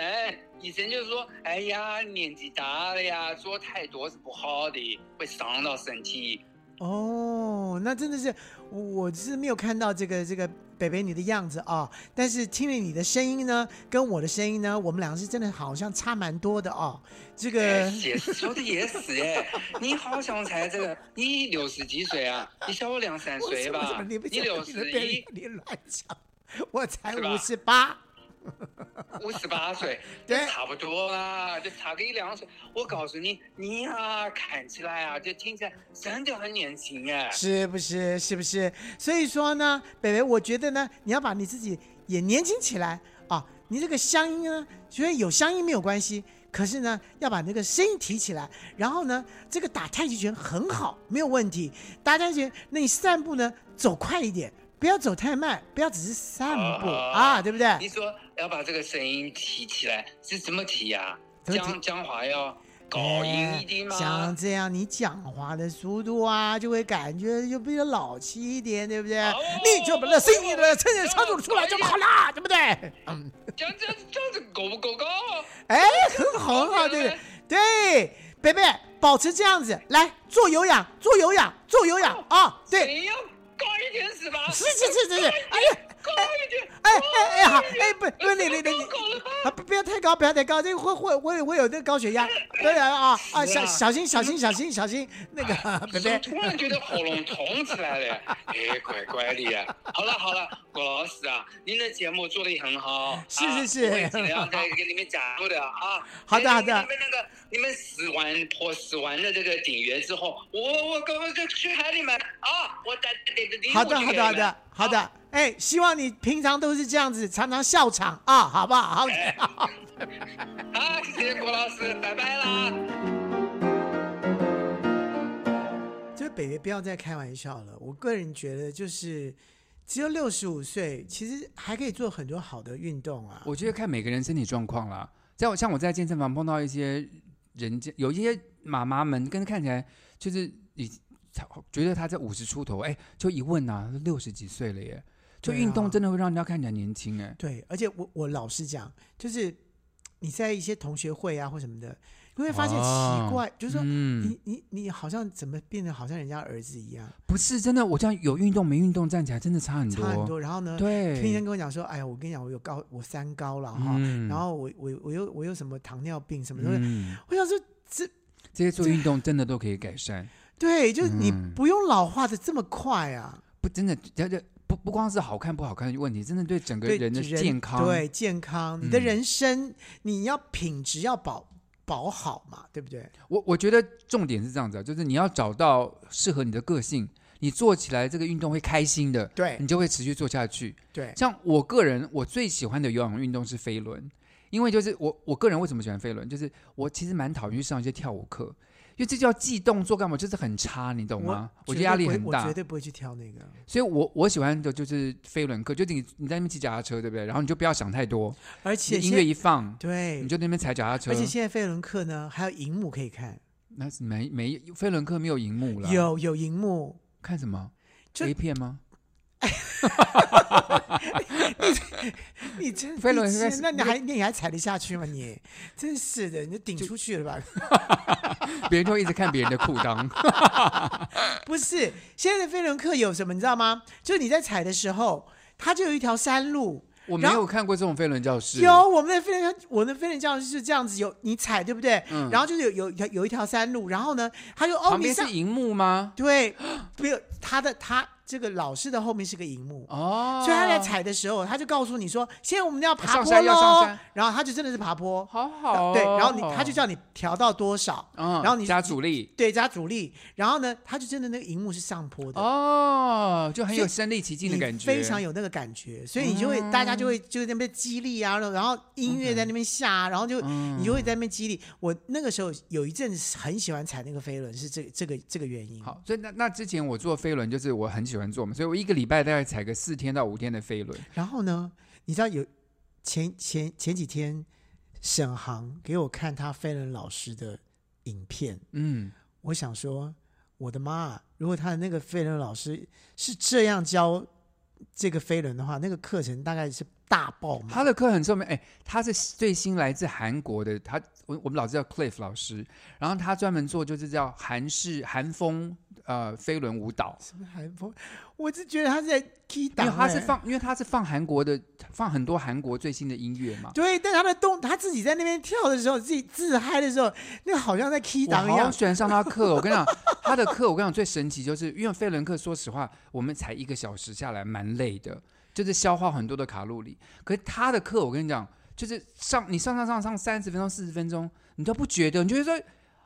S6: 医生就说：“哎呀，年纪大了呀，做太多是不好的，会伤到身体。
S1: 哦，那真的是我我是没有看到这个这个北北你的样子啊、但是听了你的声音呢，跟我的声音呢，我们两个是真的好像差蛮多的哦。这
S6: 哎
S1: 个”
S6: 也是说的也是哎，你好像才这个，你六十几岁啊？你小我两三岁
S1: 我怎么
S6: 吧？
S1: 你不
S6: 你六十一，
S1: 你乱讲，我才
S6: 是吧
S1: 五十八。
S6: 五十八岁，
S1: 对
S6: 就差不多啦，就差个一两岁。我告诉你，你呀、看起来啊，就听起来真的很年轻哎。
S1: 是不是？是不是？所以说呢，北北，我觉得呢，你要把你自己也年轻起来啊。你这个乡音呢，虽然有乡音没有关系，可是呢，要把那个声音提起来。然后呢，这个打太极拳很好，没有问题。打太极拳，那你散步呢，走快一点，不要走太慢，不要只是散步啊，
S6: 啊
S1: 对不对？
S6: 你说要把这个声音提起来，是怎么提呀、
S1: 怎么提
S6: 讲讲话要高音一点吗？
S1: 哎像这样，你讲话的速度啊，就会感觉就比较老气一点，对不对？
S6: 哦
S1: 你就把那声音的趁着唱出出来就好啦，对不对？嗯，
S6: 讲这样这样子够不够高？
S1: 哎，很好，很好，
S6: 对
S1: 哦对
S6: 不
S1: 个对，贝贝，保持这样子，来做有氧，做有氧，做有氧啊！对，
S6: 你要高一点是吧？
S1: 是是是是是，哎呀，
S6: 高一点，
S1: 哎哎哎，好，哎不不，你你你你
S6: 够够了吧。
S1: 啊，不不要太高，不要太高，这个会会会会有那个高血 压，对啊啊啊，哎小小心小心小心小心，那 个贝
S6: 怎么
S1: 贝。
S6: 突然觉得喉咙痛起来 了？哎，乖乖的呀！好了好了，郭老师啊，您的节目做的也很好，
S1: 是
S6: 啊
S1: 是是
S6: 我会尽量再给你们加入的啊。
S1: 好的
S6: 哎
S1: 好的
S6: 你们那个你们十万破十万的这个订阅之后，我我我我就去喊你们啊！我带带着礼物
S1: 好的，好
S6: 去给
S1: 的，好
S6: 你们
S1: 的，好的。哎，希望你平常都是这样子，常常笑场啊，好不好？ 好，
S6: 好，啊谢谢郭老师，拜拜啦。
S1: 就是北北不要再开玩笑了。我个人觉得，就是只有六十五岁，其实还可以做很多好的运动啊。
S2: 我觉得看每个人身体状况啦。像我像我在健身房碰到一些人家，有一些妈妈们跟看起来就是你觉得她在五十出头，哎，就一问啊，六十几岁了耶。就
S1: 对啊
S2: 运动真的会让人家看起来年轻哎、
S1: 对，而且我我老实讲，就是你在一些同学会啊或什么的，你会发现
S2: 哦
S1: 奇怪，就是说。
S2: 嗯
S1: 你，你你好像怎么变得好像人家儿子一样，
S2: 不是真的，我这样有运动没运动站起来真的差很多，
S1: 差很多。然后呢，
S2: 对，
S1: 天天跟我讲说，哎呀，我跟你讲，我有高，我三高了哈，
S2: 嗯
S1: 然后我我我又我有什么糖尿病什么东西，
S2: 嗯，
S1: 我想说这
S2: 这些做运动真的都可以改善，
S1: 对，就是你
S2: 嗯
S1: 不用老化的这么快啊，
S2: 不真的，这这不不光是好看不好看的问题，真的对整个
S1: 对
S2: 人的健康，
S1: 对健康，你的
S2: 嗯
S1: 人生你要品质要保保好嘛，对不对？
S2: 我我觉得重点是这样子啊，就是你要找到适合你的个性，你做起来这个运动会开心的，
S1: 对
S2: 你就会持续做下去。
S1: 对，
S2: 像我个人，我最喜欢的有氧运动是飞轮，因为就是我我个人为什么喜欢飞轮，就是我其实蛮讨厌去上一些跳舞课，因为这叫记动作干嘛，就是很差，你懂吗？我觉
S1: 绝
S2: 得压
S1: 对
S2: 力
S1: 不会
S2: 很
S1: 我
S2: 大
S1: 绝，对不会去挑那个。
S2: 所以我我喜欢的就是飞轮课，就是你你在那边骑脚踏车，对不对？然后你就不要想太多，
S1: 而且
S2: 音
S1: 现
S2: 乐一放，
S1: 对
S2: 你，就嗯那边踩脚踏车。
S1: 而且现在飞轮课呢，还有荧幕可以看，
S2: 那是没没飞轮课没有荧幕了，
S1: 有有荧幕，
S2: 看什么
S1: 就
S2: ？A 片吗？
S1: 你真
S2: 飞轮
S1: 你
S2: 应该是
S1: 那你还那你还踩得下去吗？你真是的，你顶出去了吧？
S2: 别人就一直看别人的 裤裆。
S1: 不是，现在的飞轮课有什么你知道吗？就是你在踩的时候，它就有一条山路。
S2: 我没
S1: 然后
S2: 有看过这种飞轮教室，
S1: 有我们的飞轮，我们的飞轮教室是这样子，有你踩对不对？
S2: 嗯
S1: 然后就是有有有一条山路，然后呢，他就哦，
S2: 旁
S1: 你
S2: 边是
S1: 上
S2: 荧幕吗？
S1: 对，没有他的他这个老师的后面是个荧幕。
S2: 哦，
S1: 所以他在，踩的时候，他就告诉你说：“现在我们要爬
S2: 上
S1: 坡
S2: 山要上
S1: 喽
S2: 山。”
S1: 然后他就真的是爬坡，
S2: 好好哦、
S1: 对，然后你他就叫你调到多少，
S2: 嗯，
S1: 然后你
S2: 加阻力，
S1: 对加阻力，然后呢，他就真的那个荧幕是上坡的，
S2: 哦，就很有
S1: 所以
S2: 身临其境的
S1: 你
S2: 感觉，嗯
S1: 非常有那个感觉，所以你就会、大家就会就在那边激励啊，然后音乐在那边下啊，然后就、
S2: 嗯
S1: 你就会在那边激励。我那个时候有一阵子很喜欢踩那个飞轮，是这这个这个原因。
S2: 好，所以那那之前我做飞轮，就是我很喜欢做嘛，所以我一个礼拜大概踩个四天到五天的飞轮。
S1: 然后呢，你知道有前前前几天沈航给我看他飞轮老师的影片，
S2: 嗯，
S1: 我想说，我的妈啊！如果他的那个飞轮老师是这样教这个飞轮的话，那个课程大概是大爆满。
S2: 他的课很受名，哎，他是最新来自韩国的，他我我们老师叫 Cliff 老师，然后他专门做就是叫韩式韩风呃飞轮舞蹈，
S1: 什么韩风？我只觉得他是在 key
S2: 因
S1: 档、
S2: 为他是
S1: 哎
S2: 放因为他是放韩国的放很多韩国最新的音乐嘛。
S1: 对，但他的动他自己在那边跳的时候，自己自嗨的时候，那个好像在 key
S2: 我
S1: 档一
S2: 好
S1: 样。
S2: 喜欢上他课哦，我跟 你讲，他的课我跟你讲最神奇就是，因为飞轮课，说实话，我们才一个小时下来，蛮累的，就是消耗很多的卡路里。可是他的课，我跟你讲，就是上你上上上上三十分钟、四十分钟，你都不觉得，你就会说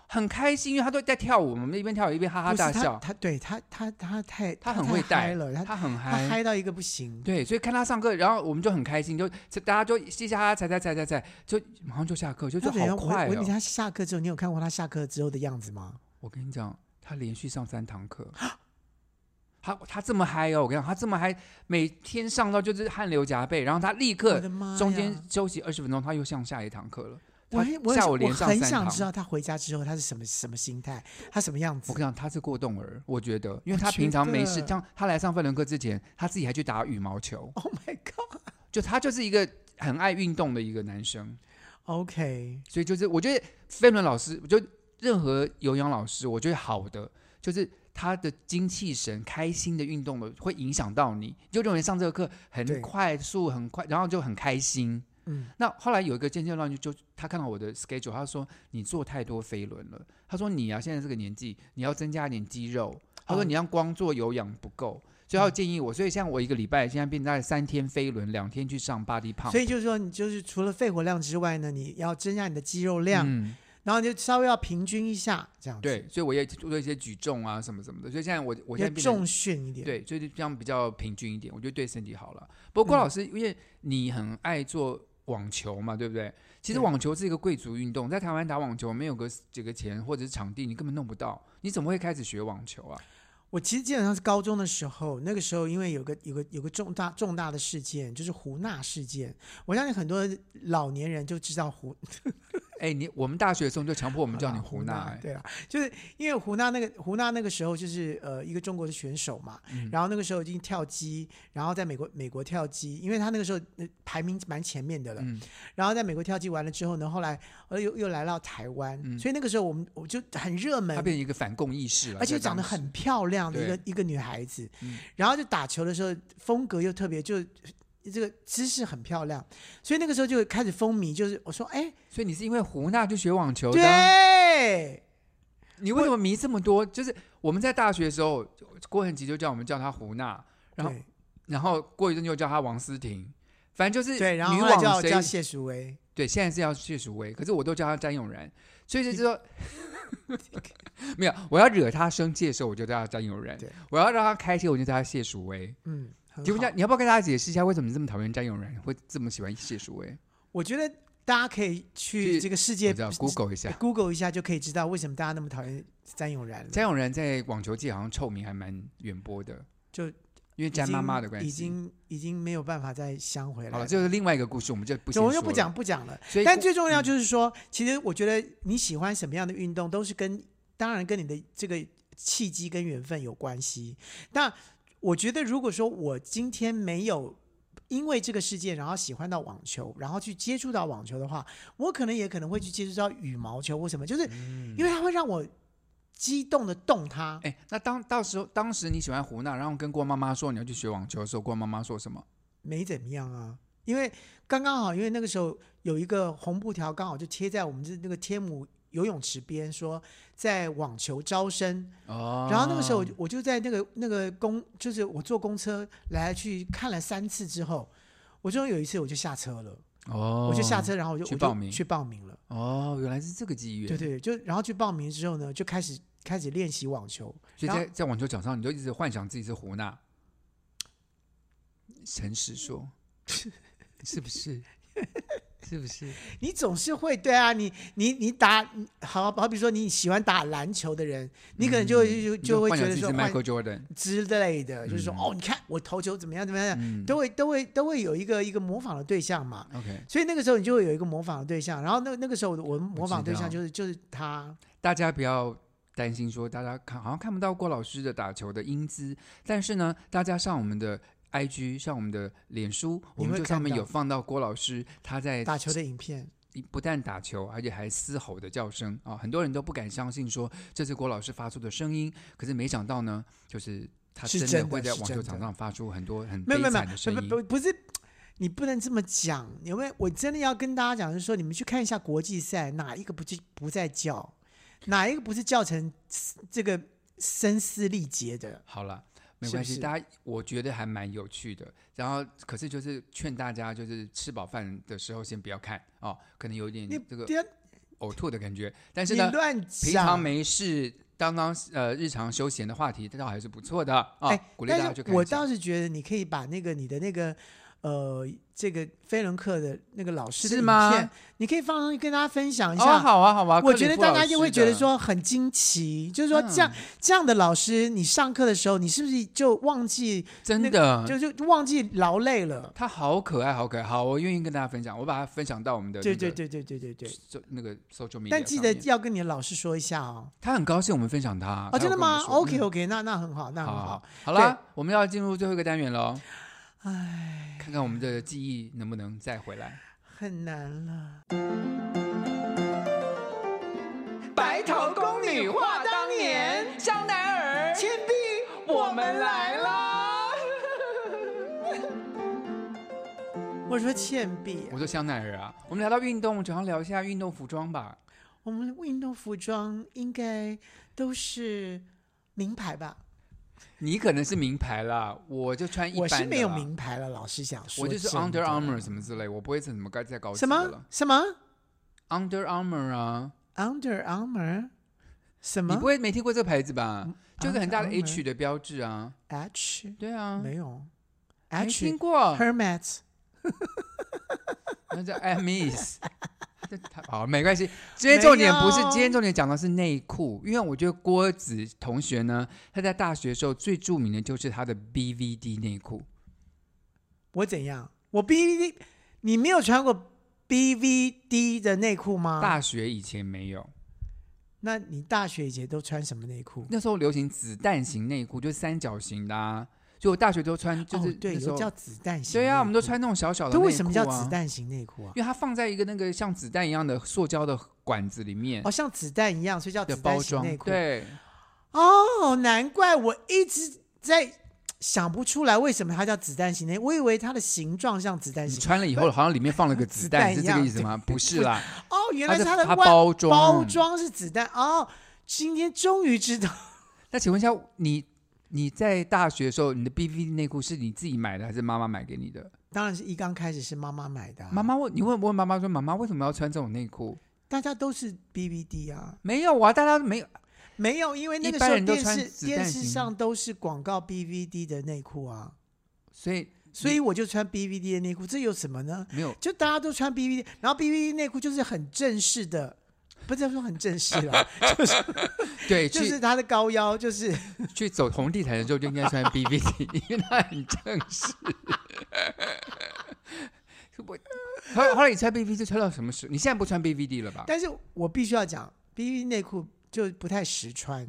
S2: 很开心，因为他都在跳舞，我们一边跳舞一边哈哈
S1: 不
S2: 大
S1: 是他，
S2: 笑，
S1: 他对他他他太
S2: 他很会
S1: 太嗨
S2: 带
S1: 了，他
S2: 他很
S1: 他
S2: 嗨。
S1: 嗨到一个不行。
S2: 对，所以看他上课，然后我们就很开心，就就大家就嘻嘻哈哈、踩踩踩踩踩，就马上就下课，就
S1: 那
S2: 就
S1: 等一下
S2: 好快
S1: 我我
S2: 哦
S1: 你！他下课之后，你有看过他下课之后的样子吗？
S2: 我跟你讲，他连续上三堂课， 他他这么嗨哦！我跟你讲，他这么嗨，每天上到就是汗流浃背，然后他立
S1: 我
S2: 刻
S1: 的妈呀！
S2: 中间休息二十分钟，他又上下一堂课了。
S1: 我
S2: 他
S1: 很我
S2: 下
S1: 很
S2: 午连
S1: 我
S2: 上
S1: 很
S2: 三
S1: 想
S2: 堂。
S1: 知道他回家之后他是什么什么心态，他什么样
S2: 我
S1: 子
S2: 跟。你讲，他是过动儿，我觉得，因为
S1: 我
S2: 他
S1: 觉
S2: 平常没 事，
S1: 得
S2: 像他来上飞轮课之前，他自己还去打羽毛球，
S1: Oh my god！OK，、
S2: 就他就是一个很爱运动的一个男生。
S1: OK
S2: 所以就是我觉得飞轮老师，我就任何有氧老师，我觉得好的就是他的精气神、开心的运动的会影响到你，就认为上这个课
S1: 对
S2: 很快速、很快，然后就很开心。
S1: 嗯，
S2: 那后来有一个健身教练就就他看到我的 schedule，他说你做太多飞轮了，他说你啊现在这个年纪你要增加一点肌肉，他说
S1: 哦嗯
S2: 你要光做有氧不够。所以他建议我，所以像我一个礼拜现在变大概三天飞轮，两天去上 body pump，
S1: 所以就是说，你就是除了肺活量之外呢，你要增加你的肌肉量，
S2: 嗯
S1: 然后你就稍微要平均一下，这样子，
S2: 对，所以我也做一些举重啊什么什么的，所以现在我我现
S1: 要
S2: 在变成
S1: 重训一点。，
S2: 对，所以就这样比较平均一点，我觉得对身体好了。不
S1: 嗯
S2: 过郭老师，因为你很爱做网球嘛，对不对？其实
S1: 对
S2: 网球是一个贵族运动，在台湾打网球没有个几个钱或者是场地，你根本弄不到。你怎么会开始学网球啊？
S1: 我其实基本上是高中的时候，那个时候因为有个有个有个重大重大的事件，就是胡娜事件。我相信很多老年人就知道胡
S2: 哎，你我们大学的时候就强迫我们叫你
S1: 好啦
S2: 胡娜、哎
S1: 对啦，就是因为胡娜那个胡娜那个时候就是呃一个中国的选手嘛，
S2: 嗯
S1: 然后那个时候已经跳机，然后在美国美国跳机，因为他那个时候呃排名蛮前面的了，
S2: 嗯
S1: 然后在美国跳机完了之后呢，后来呃又又来到台湾，
S2: 嗯
S1: 所以那个时候我们我就很热门
S2: 她，变成一个反共意识了，
S1: 而且
S2: 在
S1: 长
S2: 当
S1: 得
S2: 时
S1: 很漂亮的一
S2: 对
S1: 个一个女孩子
S2: 嗯，
S1: 然后就打球的时候风格又特别，就这个姿势很漂亮，所以那个时候就开始风靡，就是我说哎，
S2: 所以你是因为胡娜就学网球的啊。
S1: 对。
S2: 你为什么迷这么多？就是我们在大学的时候，郭恒吉就叫我们叫她胡娜，然后
S1: 对
S2: 然后过一阵又叫她王思婷，反正就是
S1: 对，然后
S2: 女
S1: 后来
S2: 网
S1: 叫
S2: 谁
S1: 叫谢淑薇，
S2: 对，现在是要谢淑薇，可是我都叫她詹永然，所以就是 说没有，我要惹她生气的时候，我就叫她詹永然
S1: 对；
S2: 我要让她开心，我就叫她谢淑薇。
S1: 嗯，很
S2: 请问一下，
S1: 好
S2: 你要不要跟大家解释一下，为什么你这么讨厌詹永然，会这么喜欢谢淑薇？
S1: 我觉得大家可以去
S2: 去
S1: 这个世
S2: 我
S1: 界
S2: 知道 Google 一下，
S1: Google 一下，就可以知道为什么大家那么讨厌詹永然了。
S2: 詹永然在网球界好像臭名还蛮远播的，
S1: 就
S2: 因为
S1: 已
S2: 詹妈
S1: 经
S2: 妈的关系。
S1: 已经已经没有办法再相回来
S2: 好了，这是另外一个故事，我们就不
S1: 就
S2: 先
S1: 我就
S2: 说
S1: 不
S2: 了
S1: 讲。不讲了。
S2: 所以
S1: 但
S2: 我
S1: 最重要
S2: 嗯
S1: 就是说，其实我觉得你喜欢什么样的运动，都是跟当然跟你的这个契机跟缘分有关系。那我觉得，如果说我今天没有因为这个事件，然后喜欢到网球，然后去接触到网球的话，我可能也可能会去接触到羽毛球或什么，就是
S2: 嗯
S1: 因为它会让我激动的动它。
S2: 哎，那当到时候当时你喜欢胡娜，然后跟郭妈妈说你要去学网球的时候，郭妈妈说什么？
S1: 没怎么样啊，因为刚刚好，因为那个时候有一个红布条，刚好就贴在我们这那个天母游泳池边，说在网球招生。
S2: 哦
S1: 然后那个时候我就我就在那个那个公，就是我坐公车来来去看了三次之后，我终于有一次我就下车了，
S2: 哦，
S1: 我就下车，然后我就
S2: 去
S1: 我就
S2: 报名
S1: 去报名了。
S2: 哦，原来是这个机缘。
S1: 对，对，就然后去报名之后呢，就开始开始练习网球。
S2: 所以
S1: 然后
S2: 在在网球场上，你就一直幻想自己是胡娜。诚实 说，是不是？是不是？
S1: 你总是会对啊，你你你打好好比说你喜欢打篮球的人，你可能就会就
S2: 嗯你
S1: 就会
S2: 幻
S1: 觉
S2: 想
S1: 得
S2: 自己
S1: 说
S2: 是
S1: 换
S2: Michael Jordan。
S1: 之类的，就是说
S2: 嗯
S1: 哦，你看我投球怎么样怎么样，
S2: 嗯
S1: 都会都会都会有一个一个模仿的对象嘛。
S2: OK，
S1: 所以那个时候你就会有一个模仿的对象，然后那那个时候我模仿对
S2: 我啊
S1: 象
S2: 知
S1: 就
S2: 道
S1: 是就是他，
S2: 大家不要担心说大家看好像看不到郭老师的打球的英姿，但是呢，大家上我们的 IG，上我们的脸书，我
S1: 你会
S2: 们就上面
S1: 看到
S2: 有放到郭老师他在
S1: 打球的影片，
S2: 不但打球，而且还嘶吼的叫声啊！很多人都不敢相信说这是郭老师发出的声音，可是没想到呢，就是他
S1: 是
S2: 真
S1: 真
S2: 的
S1: 的
S2: 会在
S1: 是
S2: 网
S1: 真
S2: 球
S1: 的
S2: 场上发出很多很
S1: 没
S2: 悲
S1: 有没有没
S2: 惨的声
S1: 有，
S2: 音。
S1: 不不不是。你不能这么讲，因为我真的要跟大家讲，就是说你们去看一下国际赛，哪一个不是不在叫，哪一个不是叫成这个声嘶力竭的？
S2: 好了，没
S1: 是不
S2: 关系，
S1: 是
S2: 大家我觉得还蛮有趣的。然后，可是就是劝大家，就是吃饱饭的时候先不要看哦，可能有一点
S1: 你
S2: 这个
S1: 不要
S2: 呕吐的感觉。但是
S1: 你
S2: 呢，
S1: 乱
S2: 平常
S1: 讲，
S2: 没事，当当呃日常休闲的话题，这倒还是不错的啊、
S1: 哎，
S2: 鼓励大家
S1: 但
S2: 去
S1: 是
S2: 看一
S1: 我
S2: 下
S1: 倒是觉得你可以把那个你的那个呃，这个飞轮课的那个老师的
S2: 是
S1: 影
S2: 吗
S1: 片，你可以放上去跟大家分享一
S2: 哦，
S1: 下。
S2: 好啊，好啊，
S1: 我
S2: 克
S1: 觉
S2: 里
S1: 得
S2: 夫
S1: 大
S2: 老
S1: 家一定
S2: 师
S1: 会觉得
S2: 的嗯
S1: 说很惊奇，就是说这样、这样的老师，你上课的时候，你是不是就忘记
S2: 真
S1: 那
S2: 的，
S1: 就就忘记劳累了？
S2: 他好可爱，好可爱，好，我愿意跟大家分享，我把它分享到我们的、那
S1: 对
S2: 个、
S1: 对对对对对对。
S2: so- 那个 social media 上面。啊
S1: 但记得要跟你的老师说一下哦。
S2: 他很高兴我们嗯分享他
S1: 哦，真的吗？OK
S2: 好
S1: OK，那那很好，那很
S2: 啊好好
S1: 好。，
S2: 好啦，我们要进入最后一个单元喽。唉，看看我们的记忆能不能再回来。
S1: 很难了。
S3: 白头宫女话当年，香奈儿、倩碧，我们来啦！
S1: 我说倩碧啊，
S2: 我说香奈儿啊，我们聊到运动，就要聊一下运动服装吧。
S1: 我们的运动服装应该都是名牌吧？
S2: 你可能是名牌啦，我就穿一般
S1: 我
S2: 的啦
S1: 是没有，名牌了，老实想说
S2: 我
S1: 真的，
S2: 就是 Under Armour 什么之类，我不会是什么高再高级
S1: 什
S2: 的
S1: 么
S2: 了
S1: 什么
S2: Under Armour 啊。
S1: Under Armour 什
S2: 你
S1: 么嗯
S2: 不会没听过这个牌子吧？就是很大的
S1: Under
S2: H 的标志啊。
S1: H
S2: 对
S3: 嗯
S2: 啊，
S1: 没有
S2: 没
S1: H
S2: 听过，
S1: Hermes
S2: 那叫 Amis。这他好，没关系。今天重点不是
S1: 没，有
S2: 今天重点讲的是内裤，因为我觉得郭子同学呢，他在大学的时候最著名的就是他的 BVD 内裤。
S1: 我怎样？我 BVD 你没有穿过 BVD 的内裤吗？
S2: 大学以前没有，
S1: 那你大学以前都穿什么内裤？
S2: 那时候流行子弹型内裤，就是三角形的啊。所以我大学都穿，就是、
S1: 哦、对，
S2: 那时
S1: 有
S2: 候
S1: 叫子弹型内裤。
S2: 对啊，我们都穿那种小小的内
S1: 都
S2: 裤啊。
S1: 为什么叫子？弹型内裤啊？
S2: 因为它放在一个那个像子弹一样的塑胶的管子里面。
S1: 哦，像子弹一样，所以叫
S2: 的
S1: 子
S2: 包
S1: 弹型
S2: 装
S1: 内，裤。
S2: 对，
S1: 哦，难怪我一直在想不出来为什么它叫子弹型内，我以为它的形状像子弹
S2: 你
S1: 型。
S2: 穿了以后好像里面放了个子 弹，
S1: 子弹
S2: 是
S1: 一
S2: 这
S1: 样
S2: 个意思吗？不是啦，
S1: 哦，原来是
S2: 嗯它
S1: 它
S2: 的
S1: 的
S2: 它
S1: 外
S2: 包装
S1: 包装是子弹哦。今天终于知道，
S2: 那请问一下，你你在大学的时候，你的 BV 内裤是你自己买的还是妈妈买给你的？
S1: 当然是一刚开始是妈妈买的啊、
S2: 妈妈问你问问妈妈说，妈妈为什么要穿这种内裤？
S1: 大家都是 BBD 啊，
S2: 没有啊，大家没有，
S1: 没有，因为那
S2: 一
S1: 个时
S2: 般
S1: 候
S2: 人都
S1: 电
S2: 穿
S1: 视
S2: 子弹
S1: 电视
S2: 型
S1: 上都是广告 BBD 的内裤啊，
S2: 所以
S1: 所以我就穿 BBD 的内裤，这有什么呢？
S2: 没有。
S1: 就大家都穿 BBD，然后 BBD 内裤就是很正式的，不是说很正式啦，就是
S2: 对， 去、
S1: 就是它的高腰，就是
S2: 去走红地毯的时候就应该穿 BVD，因为 它很正式。 我后后来你穿 BVD 穿到什么时候？你现在不穿 BVD 了吧？
S1: 但是我必须要讲，BB 内裤就不太实穿，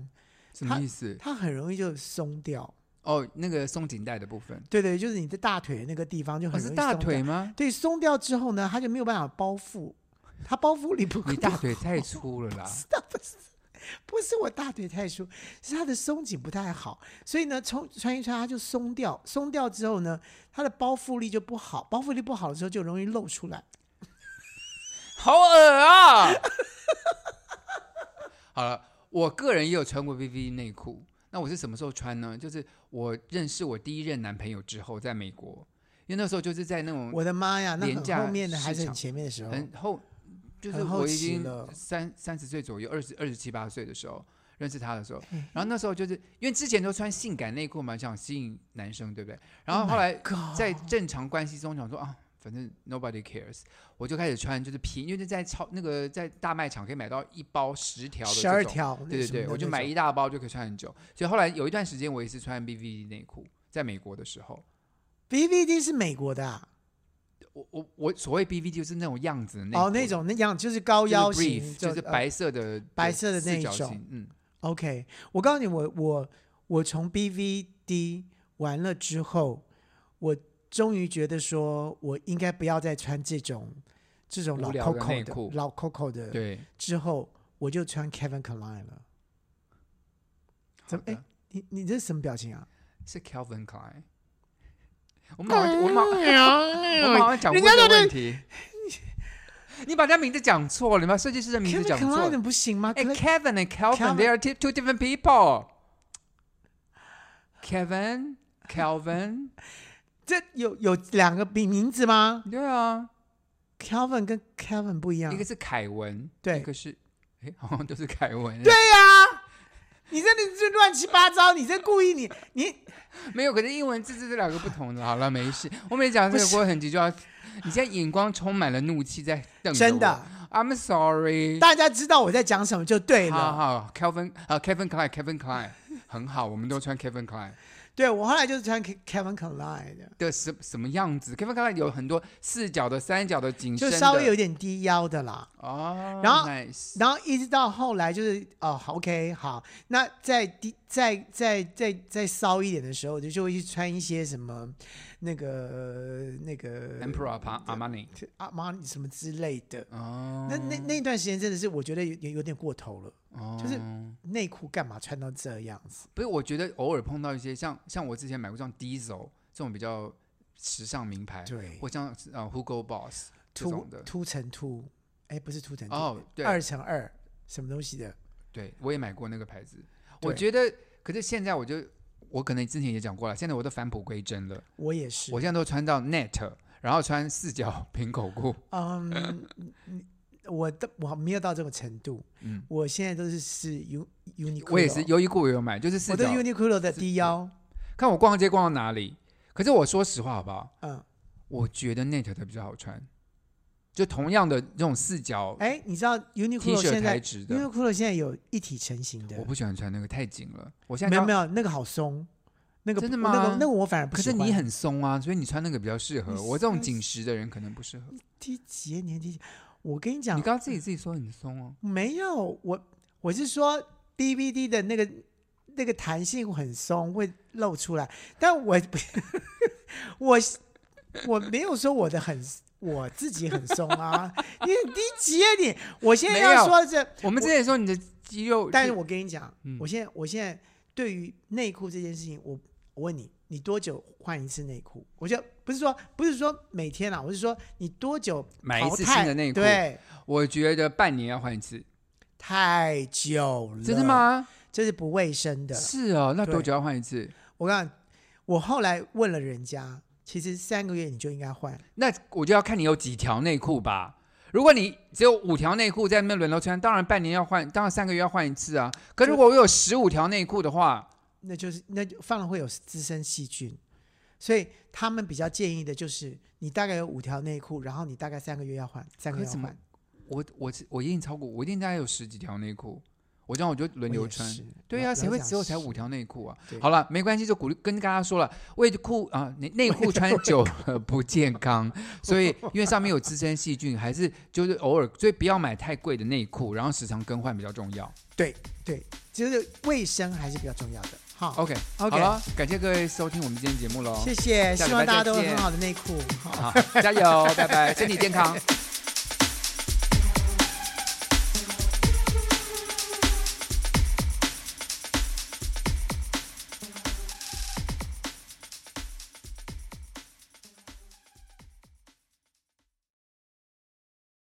S2: 什么意思？
S1: 它很容易就松掉。
S2: 哦，那个松紧带的部分，
S1: 对对，就是你的大腿那个地方就
S2: 哦
S1: 很容易
S2: 是
S1: 松掉、
S2: 大腿吗？
S1: 对，松掉之后呢，它就没有办法包覆，它包覆力不够。
S2: 你大腿太粗了啦，
S1: 不是我大腿太粗，是它的松紧不太好，所以呢，穿穿一穿它就松掉，松掉之后呢，它的包覆力就不好，包覆力不好的时候就容易露出来。
S2: 好恶啊！ 好了，我个人也有穿过 VV 内裤。那我是什么时候穿呢？就是我认识我第一任男朋友之后，在美国，因为那时候就是在那种
S1: 我的妈呀，那
S2: 嗯廉
S1: 很
S2: 价
S1: 后面的还是
S2: 市
S1: 很
S2: 场
S1: 前面的时候，
S2: 很后，就是
S1: 很后
S2: 我已
S1: 期
S2: 经
S1: 了
S2: 三三十岁左右，二十二十七八岁的时候认识他的时候，然后那时候就是因为之前都穿性感内裤嘛，想吸引男生，对不对？然
S1: Oh
S2: 后后来在正常关系中想说啊，反正 nobody cares，我就开始穿就是皮，因为在超那个在大卖场可以买到一包十条的这
S1: 十二
S2: 种
S1: 条，那
S2: 对对
S1: 什么
S2: 对，
S1: 的
S2: 我就
S1: 那
S2: 买
S1: 种
S2: 一大包就可以穿很久。所以后来有一段时间我也是穿 BVD 内裤，在美国的时候，
S1: BVD 是美国的、啊，
S2: 我我我所谓 BVD 就是那种样子的内裤
S1: 哦，那种那样就是高
S2: 就是
S1: 腰
S2: brief，
S1: 型，
S2: 就是
S1: 呃
S2: 白色的、
S1: 白色的那一
S2: 四角形
S1: 种
S2: 嗯，
S1: OK，我告诉你，我我我从 BVD 完了之后，我终于觉得说我应该不要再穿这种这种老
S2: 无聊的
S1: Coco
S2: 内
S1: 的
S2: 裤
S1: 老 Coco 的。
S2: 对，
S1: 之后我就穿 Kevin Klein 了。怎么？
S2: 好
S1: 哎
S2: 的，
S1: 你你这是什么表情啊？
S2: 是 Calvin Klein。我们好像，我们好像， 我们好像讲过
S1: 人家
S2: 这个
S1: 都
S2: 问题。 你把人家名字讲错了，你把设计师的名字
S1: Kevin
S2: 讲错
S1: Klein 的
S2: 了。
S1: 不行吗？
S2: 哎
S1: Klein-
S2: ，Kevin and
S1: Calvin
S2: Calvin，they are t- two different people. Kevin, Calvin，
S1: 这有有两个名名字吗
S2: 对啊，
S1: ？Calvin 跟 Kevin 不一样
S2: 一。个是凯文，
S1: 对
S2: 一个是，哎，好像都是凯文。
S1: 对，呀、你这你这乱七八糟，你这故意你你
S2: 没有，可是英文字这是两个不同的。好了，没事，我每次讲这个过很急就要，你现在眼光充满了怒气在瞪着我
S1: 真的。
S2: I'm sorry。
S1: 大家知道我在讲什么就对了。
S2: 好好，Kevin 啊，Kevin Klein，Kevin Klein 很好，我们都穿 Kevin Klein
S1: 对我后来就是穿 Ke- Kevin Klein 的，
S2: 的什什么样子？Kevin Klein 有很多四角的、三角的、紧身
S1: 就
S2: 的，
S1: 稍微有点低腰的啦。
S2: 哦。
S1: 然后
S2: nice，
S1: 然后一直到后来就是哦好，OK，好，那再低再再再再骚一点的时候，就就会去穿一些什么那个那个
S2: Emperor Pa- Armani
S1: 阿玛尼什么之类的。
S2: 哦，
S1: 那那那段时间真的是我觉得有有有点过头了，
S2: 那
S1: 就是内裤干嘛穿到这样子？
S2: 哦不是，我觉得偶尔碰到一些像像我之前买过像 Diesel 这种比较时尚名牌，
S1: 对
S2: 或像呃 Hugo Boss 这
S1: 凸
S2: 种的，
S1: 凸成凸，哎，不是凸成凸，
S2: 哦对
S1: 二乘二什么东西的？
S2: 对，我也买过那个牌子。我
S1: 对
S2: 觉得，可是现在我就，我可能之前也讲过了，现在我都返璞归真了。
S1: 我也是，
S2: 我现在都穿到 net，然后穿四角 平口裤。
S1: 嗯，我的我没有到这种程度，
S2: 嗯
S1: 我现在都是是 U Uniqlo，
S2: 我也是优衣库也有买，就是四
S1: 哦我的
S2: 角。
S1: Uniqlo 的低腰，
S2: 看我逛街逛到哪里。可是我说实话好不好？
S1: 嗯，
S2: 我觉得 net 的比较好穿，就同样的这种四角，
S1: 哎，你知道
S2: T
S1: Uniqlo
S2: 恤
S1: 现
S2: 材
S1: 在
S2: 质的
S1: Uniqlo 现在有一体成型的
S2: 我，不喜欢穿那个太紧了。我现在
S1: 没有
S2: 刚
S1: 没有那个好松，那个
S2: 真的
S1: 不那个
S2: 吗
S1: 那个我反而不
S2: 可
S1: 喜
S2: 是
S1: 欢。
S2: 你很松啊，所以你穿那个比较适合。
S1: 你
S2: 我这种
S1: 三
S2: 紧实的人可能不适合。
S1: 低几年低，我跟你讲，
S2: 你刚刚自己自己说很松哦、
S1: 没有我我是说 DVD 的那个那个弹性很松，会露出来，但我 我我没有说我的很。我自己很松啊， 你很低级啊你！我现在
S2: 没
S1: 要
S2: 有
S1: 说这，
S2: 我们之前说你的肌肉，
S1: 但是我跟你讲，
S2: 嗯
S1: 我现在我现在对于内裤这件事情，我我问你，你多久换一次内裤？我就不是说不是说每天啊，我是说你多久
S2: 买一
S1: 淘
S2: 次
S1: 汰
S2: 新的内裤
S1: 对，
S2: 我觉得半年要换一次，
S1: 太久了，
S2: 真的？吗？
S1: 这是不卫生的。
S2: 是哦，那
S1: 对
S2: 多久要换一次？
S1: 我告诉你，我后来问了人家，其实三个月你就应该换。
S2: 那我就要看你有几条内裤吧。如果你只有五条内裤在那边轮流穿，当然半年要换，当然三个月要换一次啊。可
S1: 就
S2: 如果我有十五条内裤的话，
S1: 那就是那就放了会有滋生细菌，所以他们比较建议的就是你大概有五条内裤，然后你大概三个月要换，三个
S2: 可
S1: 月
S2: 是
S1: 要
S2: 怎么
S1: 换。
S2: 我我是我一定超过，我一定大概有十几条内裤，我这样我就轮
S1: 我
S2: 流
S1: 也
S2: 穿
S1: 是。
S2: 对
S1: 老
S2: 呀、
S1: 老
S2: 谁会
S1: 讲
S2: 只有才
S1: 是
S2: 五条内裤啊
S1: 对？
S2: 好了，没关系，就鼓励跟大家说了，内裤啊，内内裤穿久了不健 康，所以因为上面有滋生细菌，还是就是偶尔，所以不要买太贵的内裤，然后时常更换比较重要。
S1: 对对，就是卫生还是比较重要的。好好
S2: OK，
S1: OK
S2: 好了，感谢各位收听我们今天节目喽，
S1: 谢谢，
S2: 下礼拜
S1: 希望大家都有
S2: 再见
S1: 很好的内裤。好。
S2: 好，加油，拜拜，身体健康。